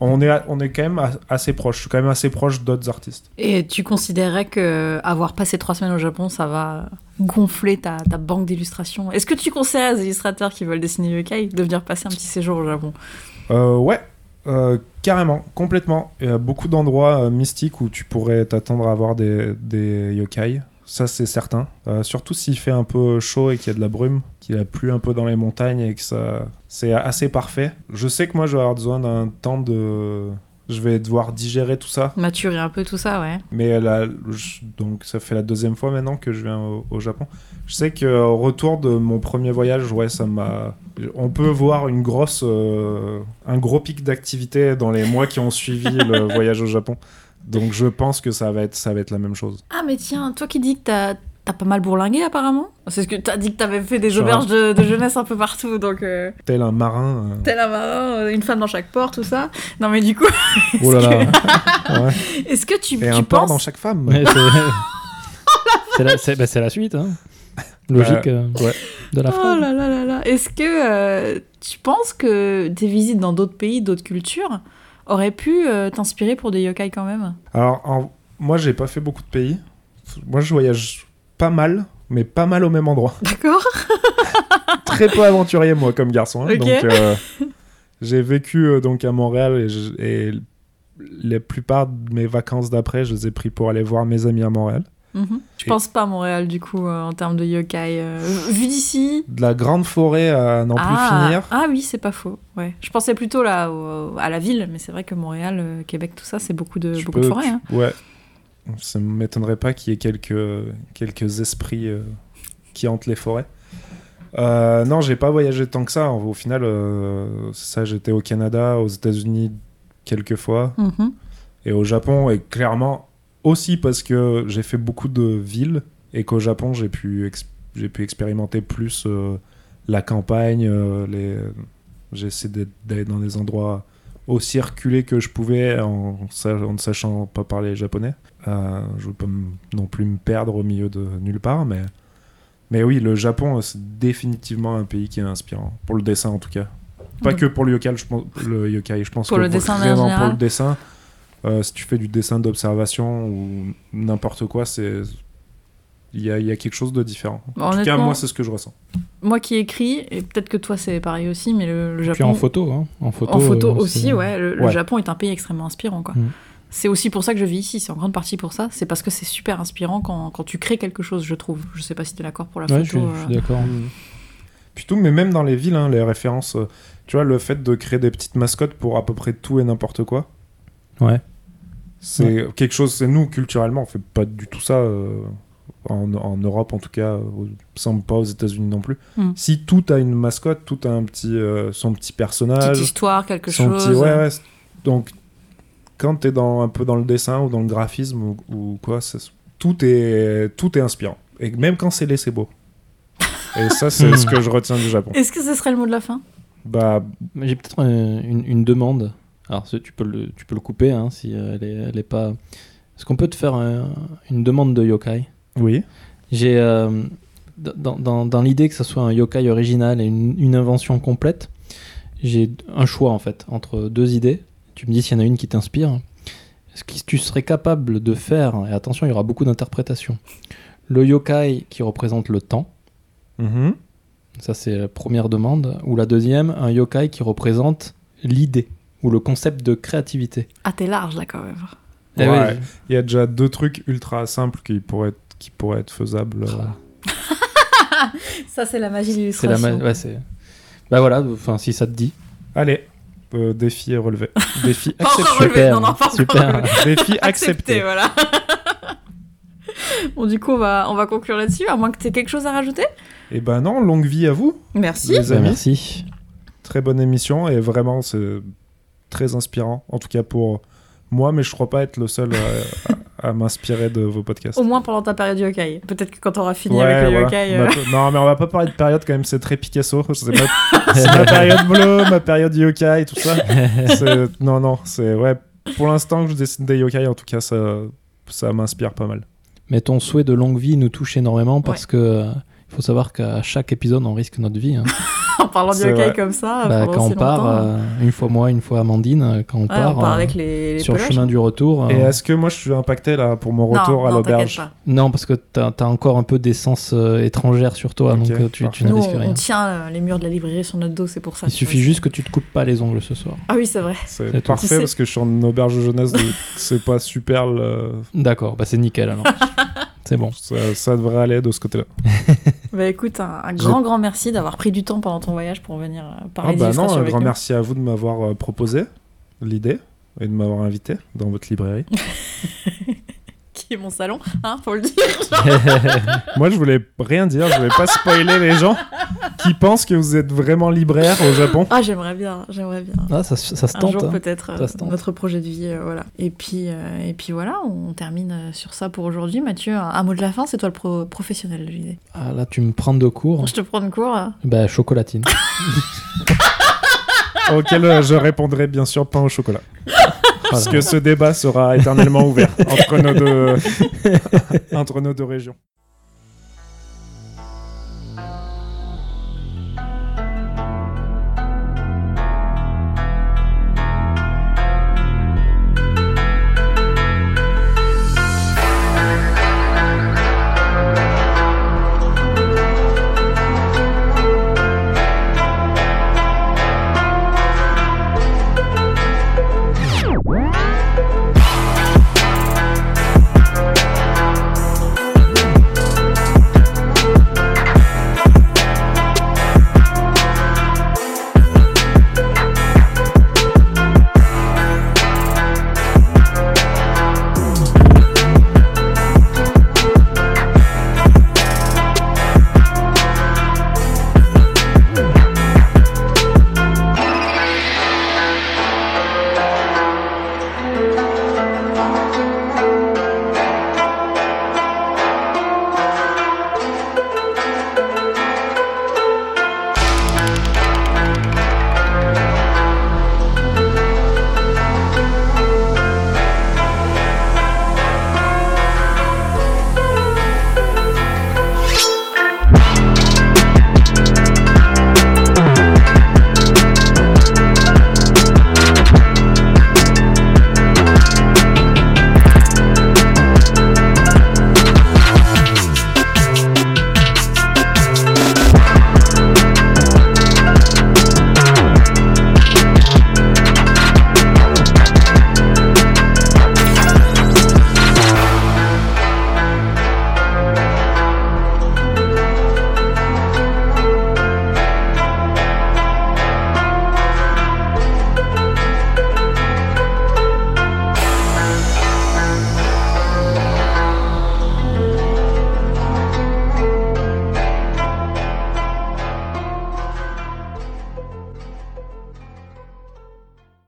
[SPEAKER 2] on est, à- on est quand même a- assez proche, je suis quand même assez proche d'autres artistes.
[SPEAKER 1] Et tu considérais que avoir passé trois semaines au Japon, ça va gonfler ta, ta banque d'illustrations Est-ce que tu conseilles aux illustrateurs qui veulent dessiner yokai de venir passer un petit séjour au Japon
[SPEAKER 2] Euh, ouais, euh, carrément, complètement. Il y a beaucoup d'endroits euh, mystiques où tu pourrais t'attendre à avoir des, des yokai. Ça, c'est certain. Euh, surtout s'il fait un peu chaud et qu'il y a de la brume, qu'il a plu un peu dans les montagnes et que ça. C'est assez parfait. Je sais que moi, je vais avoir besoin d'un temps de. Je vais devoir digérer tout ça.
[SPEAKER 1] Maturer un peu tout ça, ouais.
[SPEAKER 2] Mais là, je- donc ça fait la deuxième fois maintenant que je viens au, au Japon. Je sais que euh, au retour de mon premier voyage, ouais, ça m'a. On peut voir une grosse, euh, un gros pic d'activité dans les mois qui ont suivi le voyage au Japon. Donc je pense que ça va être, ça va être la même chose.
[SPEAKER 1] Ah, mais tiens, toi qui dis que t'as. T'as pas mal bourlingué apparemment C'est ce que t'as dit que t'avais fait des
[SPEAKER 2] Genre.
[SPEAKER 1] auberges de, de jeunesse un peu partout, donc euh,
[SPEAKER 2] Tel un marin. euh,
[SPEAKER 1] tel un marin, euh, une femme dans chaque port, tout ça. Non mais du coup,
[SPEAKER 2] Oh là là. Ouais.
[SPEAKER 1] est-ce que tu,
[SPEAKER 2] Et
[SPEAKER 1] tu
[SPEAKER 2] un port dans
[SPEAKER 1] penses
[SPEAKER 2] chaque femme.
[SPEAKER 3] Mais c'est- c'est la, c'est- bah, c'est la suite, hein. Logique euh,
[SPEAKER 2] ouais.
[SPEAKER 3] de la
[SPEAKER 1] Oh
[SPEAKER 3] phrase.
[SPEAKER 1] là là là là Est-ce que euh, tu penses que des visites dans d'autres pays, d'autres cultures auraient pu euh, t'inspirer pour des yokai quand même
[SPEAKER 2] Alors, en- moi, j'ai pas fait beaucoup de pays. Moi, je voyage pas mal, mais pas mal au même endroit.
[SPEAKER 1] D'accord
[SPEAKER 2] très peu aventurier moi comme garçon. hein.
[SPEAKER 1] Ok.
[SPEAKER 2] Donc euh, j'ai vécu euh, donc à Montréal et, je- et la plupart de mes vacances d'après, je les ai pris pour aller voir mes amis à Montréal.
[SPEAKER 1] Mhm. Je
[SPEAKER 2] Et-
[SPEAKER 1] pense pas à Montréal du coup euh, en termes de yokai. euh, vu d'ici
[SPEAKER 2] De la grande forêt à n'en plus
[SPEAKER 1] ah,
[SPEAKER 2] finir.
[SPEAKER 1] ah oui, c'est pas faux. Ouais. Je pensais plutôt là au- à la ville, mais c'est vrai que Montréal, euh, Québec, tout ça, c'est beaucoup de,
[SPEAKER 2] Tu
[SPEAKER 1] beaucoup de
[SPEAKER 2] peux-
[SPEAKER 1] forêts.
[SPEAKER 2] tu-
[SPEAKER 1] hein.
[SPEAKER 2] Ouais. Ça ne m'étonnerait pas qu'il y ait quelques, quelques esprits euh, qui hantent les forêts. Euh, non, j'ai pas voyagé tant que ça. Au final, euh, c'est ça, j'étais au Canada, aux États-Unis quelques fois.
[SPEAKER 1] Mhm.
[SPEAKER 2] Et au Japon, et clairement aussi parce que j'ai fait beaucoup de villes et qu'au Japon, j'ai pu, ex- j'ai pu expérimenter plus euh, la campagne. euh, les... J'ai essayé d'être- d'aller dans des endroits aussi reculés que je pouvais en, sa- en ne sachant pas parler japonais. Euh, je veux pas m- non plus me perdre au milieu de nulle part, mais. Mais oui, le Japon, euh, c'est définitivement un pays qui est inspirant, pour le dessin en tout cas. Pas
[SPEAKER 1] Donc-
[SPEAKER 2] que pour le yokai, je pense, le yokai, je pense
[SPEAKER 1] Pour
[SPEAKER 2] que
[SPEAKER 1] le dessin en
[SPEAKER 2] vraiment pour
[SPEAKER 1] général.
[SPEAKER 2] le dessin, euh, si tu fais du dessin d'observation ou n'importe quoi, c'est il y a, il y a quelque chose de différent.
[SPEAKER 1] Bon,
[SPEAKER 2] en tout cas,
[SPEAKER 1] honnêtement-
[SPEAKER 2] moi, c'est ce que je ressens.
[SPEAKER 1] Moi qui écris, et peut-être que toi c'est pareil aussi, mais le, le Japon.
[SPEAKER 3] Puis en photo, hein. En photo,
[SPEAKER 1] en photo
[SPEAKER 3] euh,
[SPEAKER 1] aussi,
[SPEAKER 3] c'est-
[SPEAKER 1] ouais. Le, le
[SPEAKER 2] Ouais.
[SPEAKER 1] Japon est un pays extrêmement inspirant, quoi.
[SPEAKER 3] Mm.
[SPEAKER 1] C'est aussi pour ça que je vis ici, c'est en grande partie pour ça. C'est parce que c'est super inspirant quand, quand tu crées quelque chose, je trouve. Je sais pas si t'es d'accord pour la
[SPEAKER 3] Ouais, je suis,
[SPEAKER 1] photo.
[SPEAKER 3] je
[SPEAKER 1] euh.
[SPEAKER 3] suis d'accord.
[SPEAKER 2] Puis tout, mais même dans les villes, hein, les références, euh, tu vois, le fait de créer des petites mascottes pour à peu près tout et n'importe quoi,
[SPEAKER 3] Ouais.
[SPEAKER 2] C'est quelque chose, c'est nous, culturellement, on fait pas du tout ça. euh, En, en Europe, en tout cas, au- semble pas aux États-Unis non plus.
[SPEAKER 4] Mm.
[SPEAKER 2] Si tout a une mascotte, tout a un petit, euh, son petit personnage,
[SPEAKER 4] Petite histoire, quelque
[SPEAKER 2] son
[SPEAKER 4] chose. hein.
[SPEAKER 2] petit- ouais, ouais, c'est- Donc, quand t'es dans, un peu dans le dessin ou dans le graphisme ou, ou quoi, ça se- tout, est, tout est inspirant. Et même quand c'est laissé beau. Et ça, c'est ce que je retiens du Japon.
[SPEAKER 1] Est-ce que ce serait le mot de la fin
[SPEAKER 2] Bah,
[SPEAKER 3] Mais J'ai peut-être euh, une, une demande. Alors, ce- tu peux le, tu peux le couper hein, si euh, elle, est, elle est pas. Est-ce qu'on peut te faire un- une demande de yokai
[SPEAKER 2] oui.
[SPEAKER 3] J'ai. euh, dans dans- dans l'idée que ça soit un yokai original et une, une invention complète, j'ai un choix en fait entre deux idées. Tu me dis s'il y en a une qui t'inspire. Est-ce que tu serais capable de faire, et attention, il y aura beaucoup d'interprétations, le yokai qui représente le temps
[SPEAKER 2] Mhm.
[SPEAKER 3] ça, c'est la première demande. Ou la deuxième, un yokai qui représente l'idée ou le concept de créativité.
[SPEAKER 1] Ah, t'es large là quand même.
[SPEAKER 3] Eh
[SPEAKER 2] Ouais.
[SPEAKER 3] oui.
[SPEAKER 2] Il y a déjà deux trucs ultra simples qui pourraient être, qui pourraient être faisables. euh.
[SPEAKER 3] Ah,
[SPEAKER 4] Ça, c'est la magie de
[SPEAKER 3] c'est la
[SPEAKER 4] l'illustration.
[SPEAKER 3] ma- ouais, c'est- Bah voilà, enfin, si ça te dit.
[SPEAKER 2] Allez, euh, défi est relevé. défi,
[SPEAKER 1] Pas encore
[SPEAKER 3] Accepte-
[SPEAKER 1] relevé, non, non, pas encore
[SPEAKER 3] super.
[SPEAKER 1] relevé.
[SPEAKER 2] défi
[SPEAKER 1] Accepté,
[SPEAKER 2] accepté.
[SPEAKER 1] voilà. bon, du coup, on va, on va conclure là-dessus, à moins que t'aies quelque chose à rajouter.
[SPEAKER 2] Et ben non, longue vie à vous,
[SPEAKER 1] Merci.
[SPEAKER 2] les
[SPEAKER 3] Bah,
[SPEAKER 2] amis.
[SPEAKER 3] merci.
[SPEAKER 2] Très bonne émission et vraiment, c'est très inspirant. En tout cas pour moi, mais je crois pas être le seul euh, à, à m'inspirer de vos podcasts.
[SPEAKER 1] Au moins pendant ta période yokai. Peut-être que quand t'auras fini
[SPEAKER 2] Ouais,
[SPEAKER 1] avec le
[SPEAKER 2] voilà.
[SPEAKER 3] Bah,
[SPEAKER 1] yokai. euh,
[SPEAKER 2] Ma pe- Non, mais on va pas parler de période quand même, c'est très Picasso. C'est ma... c'est ma période bleu, ma période yokai, tout ça. C'est- Non, non, c'est. Ouais, pour l'instant que je dessine des yokai, en tout cas, ça, ça m'inspire pas mal.
[SPEAKER 3] Mais ton souhait de longue vie nous touche énormément parce que euh, il faut savoir qu'à chaque épisode, on risque notre vie. hein.
[SPEAKER 1] en parlant de
[SPEAKER 2] C'est
[SPEAKER 1] yokai
[SPEAKER 2] vrai.
[SPEAKER 1] comme ça.
[SPEAKER 3] Bah,
[SPEAKER 1] Ah, pendant
[SPEAKER 3] quand
[SPEAKER 1] si
[SPEAKER 3] on part,
[SPEAKER 1] longtemps.
[SPEAKER 3] euh, une fois moi, une fois Amandine, euh, quand on
[SPEAKER 1] Ouais,
[SPEAKER 3] part,
[SPEAKER 1] on part
[SPEAKER 3] euh,
[SPEAKER 1] avec les, les
[SPEAKER 3] sur le
[SPEAKER 1] peluches.
[SPEAKER 3] chemin du retour.
[SPEAKER 2] Et
[SPEAKER 3] euh,
[SPEAKER 2] est-ce que moi je suis impacté là pour mon
[SPEAKER 1] Non,
[SPEAKER 2] retour à
[SPEAKER 1] non,
[SPEAKER 2] l'auberge
[SPEAKER 1] t'inquiète
[SPEAKER 3] Non, parce que t'as as encore un peu d'essence euh, étrangère sur toi,
[SPEAKER 2] Ok,
[SPEAKER 3] donc euh, tu, tu
[SPEAKER 2] parfait.
[SPEAKER 1] pas.
[SPEAKER 3] ne
[SPEAKER 1] Nous,
[SPEAKER 3] risques
[SPEAKER 1] on,
[SPEAKER 3] rien.
[SPEAKER 1] on tient euh, les murs de la librairie sur notre dos, c'est pour ça.
[SPEAKER 3] Il
[SPEAKER 1] tu
[SPEAKER 3] suffit
[SPEAKER 1] vois.
[SPEAKER 3] juste que tu te coupes pas les ongles ce soir.
[SPEAKER 1] Ah oui, c'est vrai.
[SPEAKER 2] C'est
[SPEAKER 3] C'est tout.
[SPEAKER 1] Tu sais-
[SPEAKER 2] parfait parce que je suis en auberge de jeunesse, donc c'est pas super. le-
[SPEAKER 3] D'accord, bah c'est nickel alors. c'est bon.
[SPEAKER 2] Ça, ça devrait aller de ce côté-là.
[SPEAKER 1] Bah écoute, un, un grand, grand merci d'avoir pris du temps pendant ton voyage pour venir euh,
[SPEAKER 2] Ah
[SPEAKER 1] parler
[SPEAKER 2] bah non,
[SPEAKER 1] d'illustration
[SPEAKER 2] un
[SPEAKER 1] avec
[SPEAKER 2] grand
[SPEAKER 1] nous.
[SPEAKER 2] merci à vous de m'avoir euh, proposé l'idée et de m'avoir invité dans votre librairie.
[SPEAKER 1] Qui est mon salon, hein, faut le dire.
[SPEAKER 2] Moi, je voulais rien dire, je voulais pas spoiler les gens qui pensent que vous êtes vraiment libraire au Japon.
[SPEAKER 1] Ah, j'aimerais bien, j'aimerais bien.
[SPEAKER 3] Ah, ça, ça se
[SPEAKER 1] Un
[SPEAKER 3] tente.
[SPEAKER 1] jour
[SPEAKER 3] hein.
[SPEAKER 1] peut-être euh,
[SPEAKER 3] Ça se tente.
[SPEAKER 1] notre projet de vie, euh, voilà. Et puis, euh, et puis voilà, on termine euh, sur ça pour aujourd'hui. Mathieu, un, un mot de la fin, c'est toi le pro- professionnel de l'idée.
[SPEAKER 3] Ah, là, tu me prends de cours.
[SPEAKER 1] Je te prends de cours. hein.
[SPEAKER 3] Bah, chocolatine.
[SPEAKER 2] Auquel euh, je répondrai bien sûr pain au chocolat. Parce
[SPEAKER 3] Voilà.
[SPEAKER 2] que ce débat sera éternellement ouvert entre nos deux, entre nos deux régions.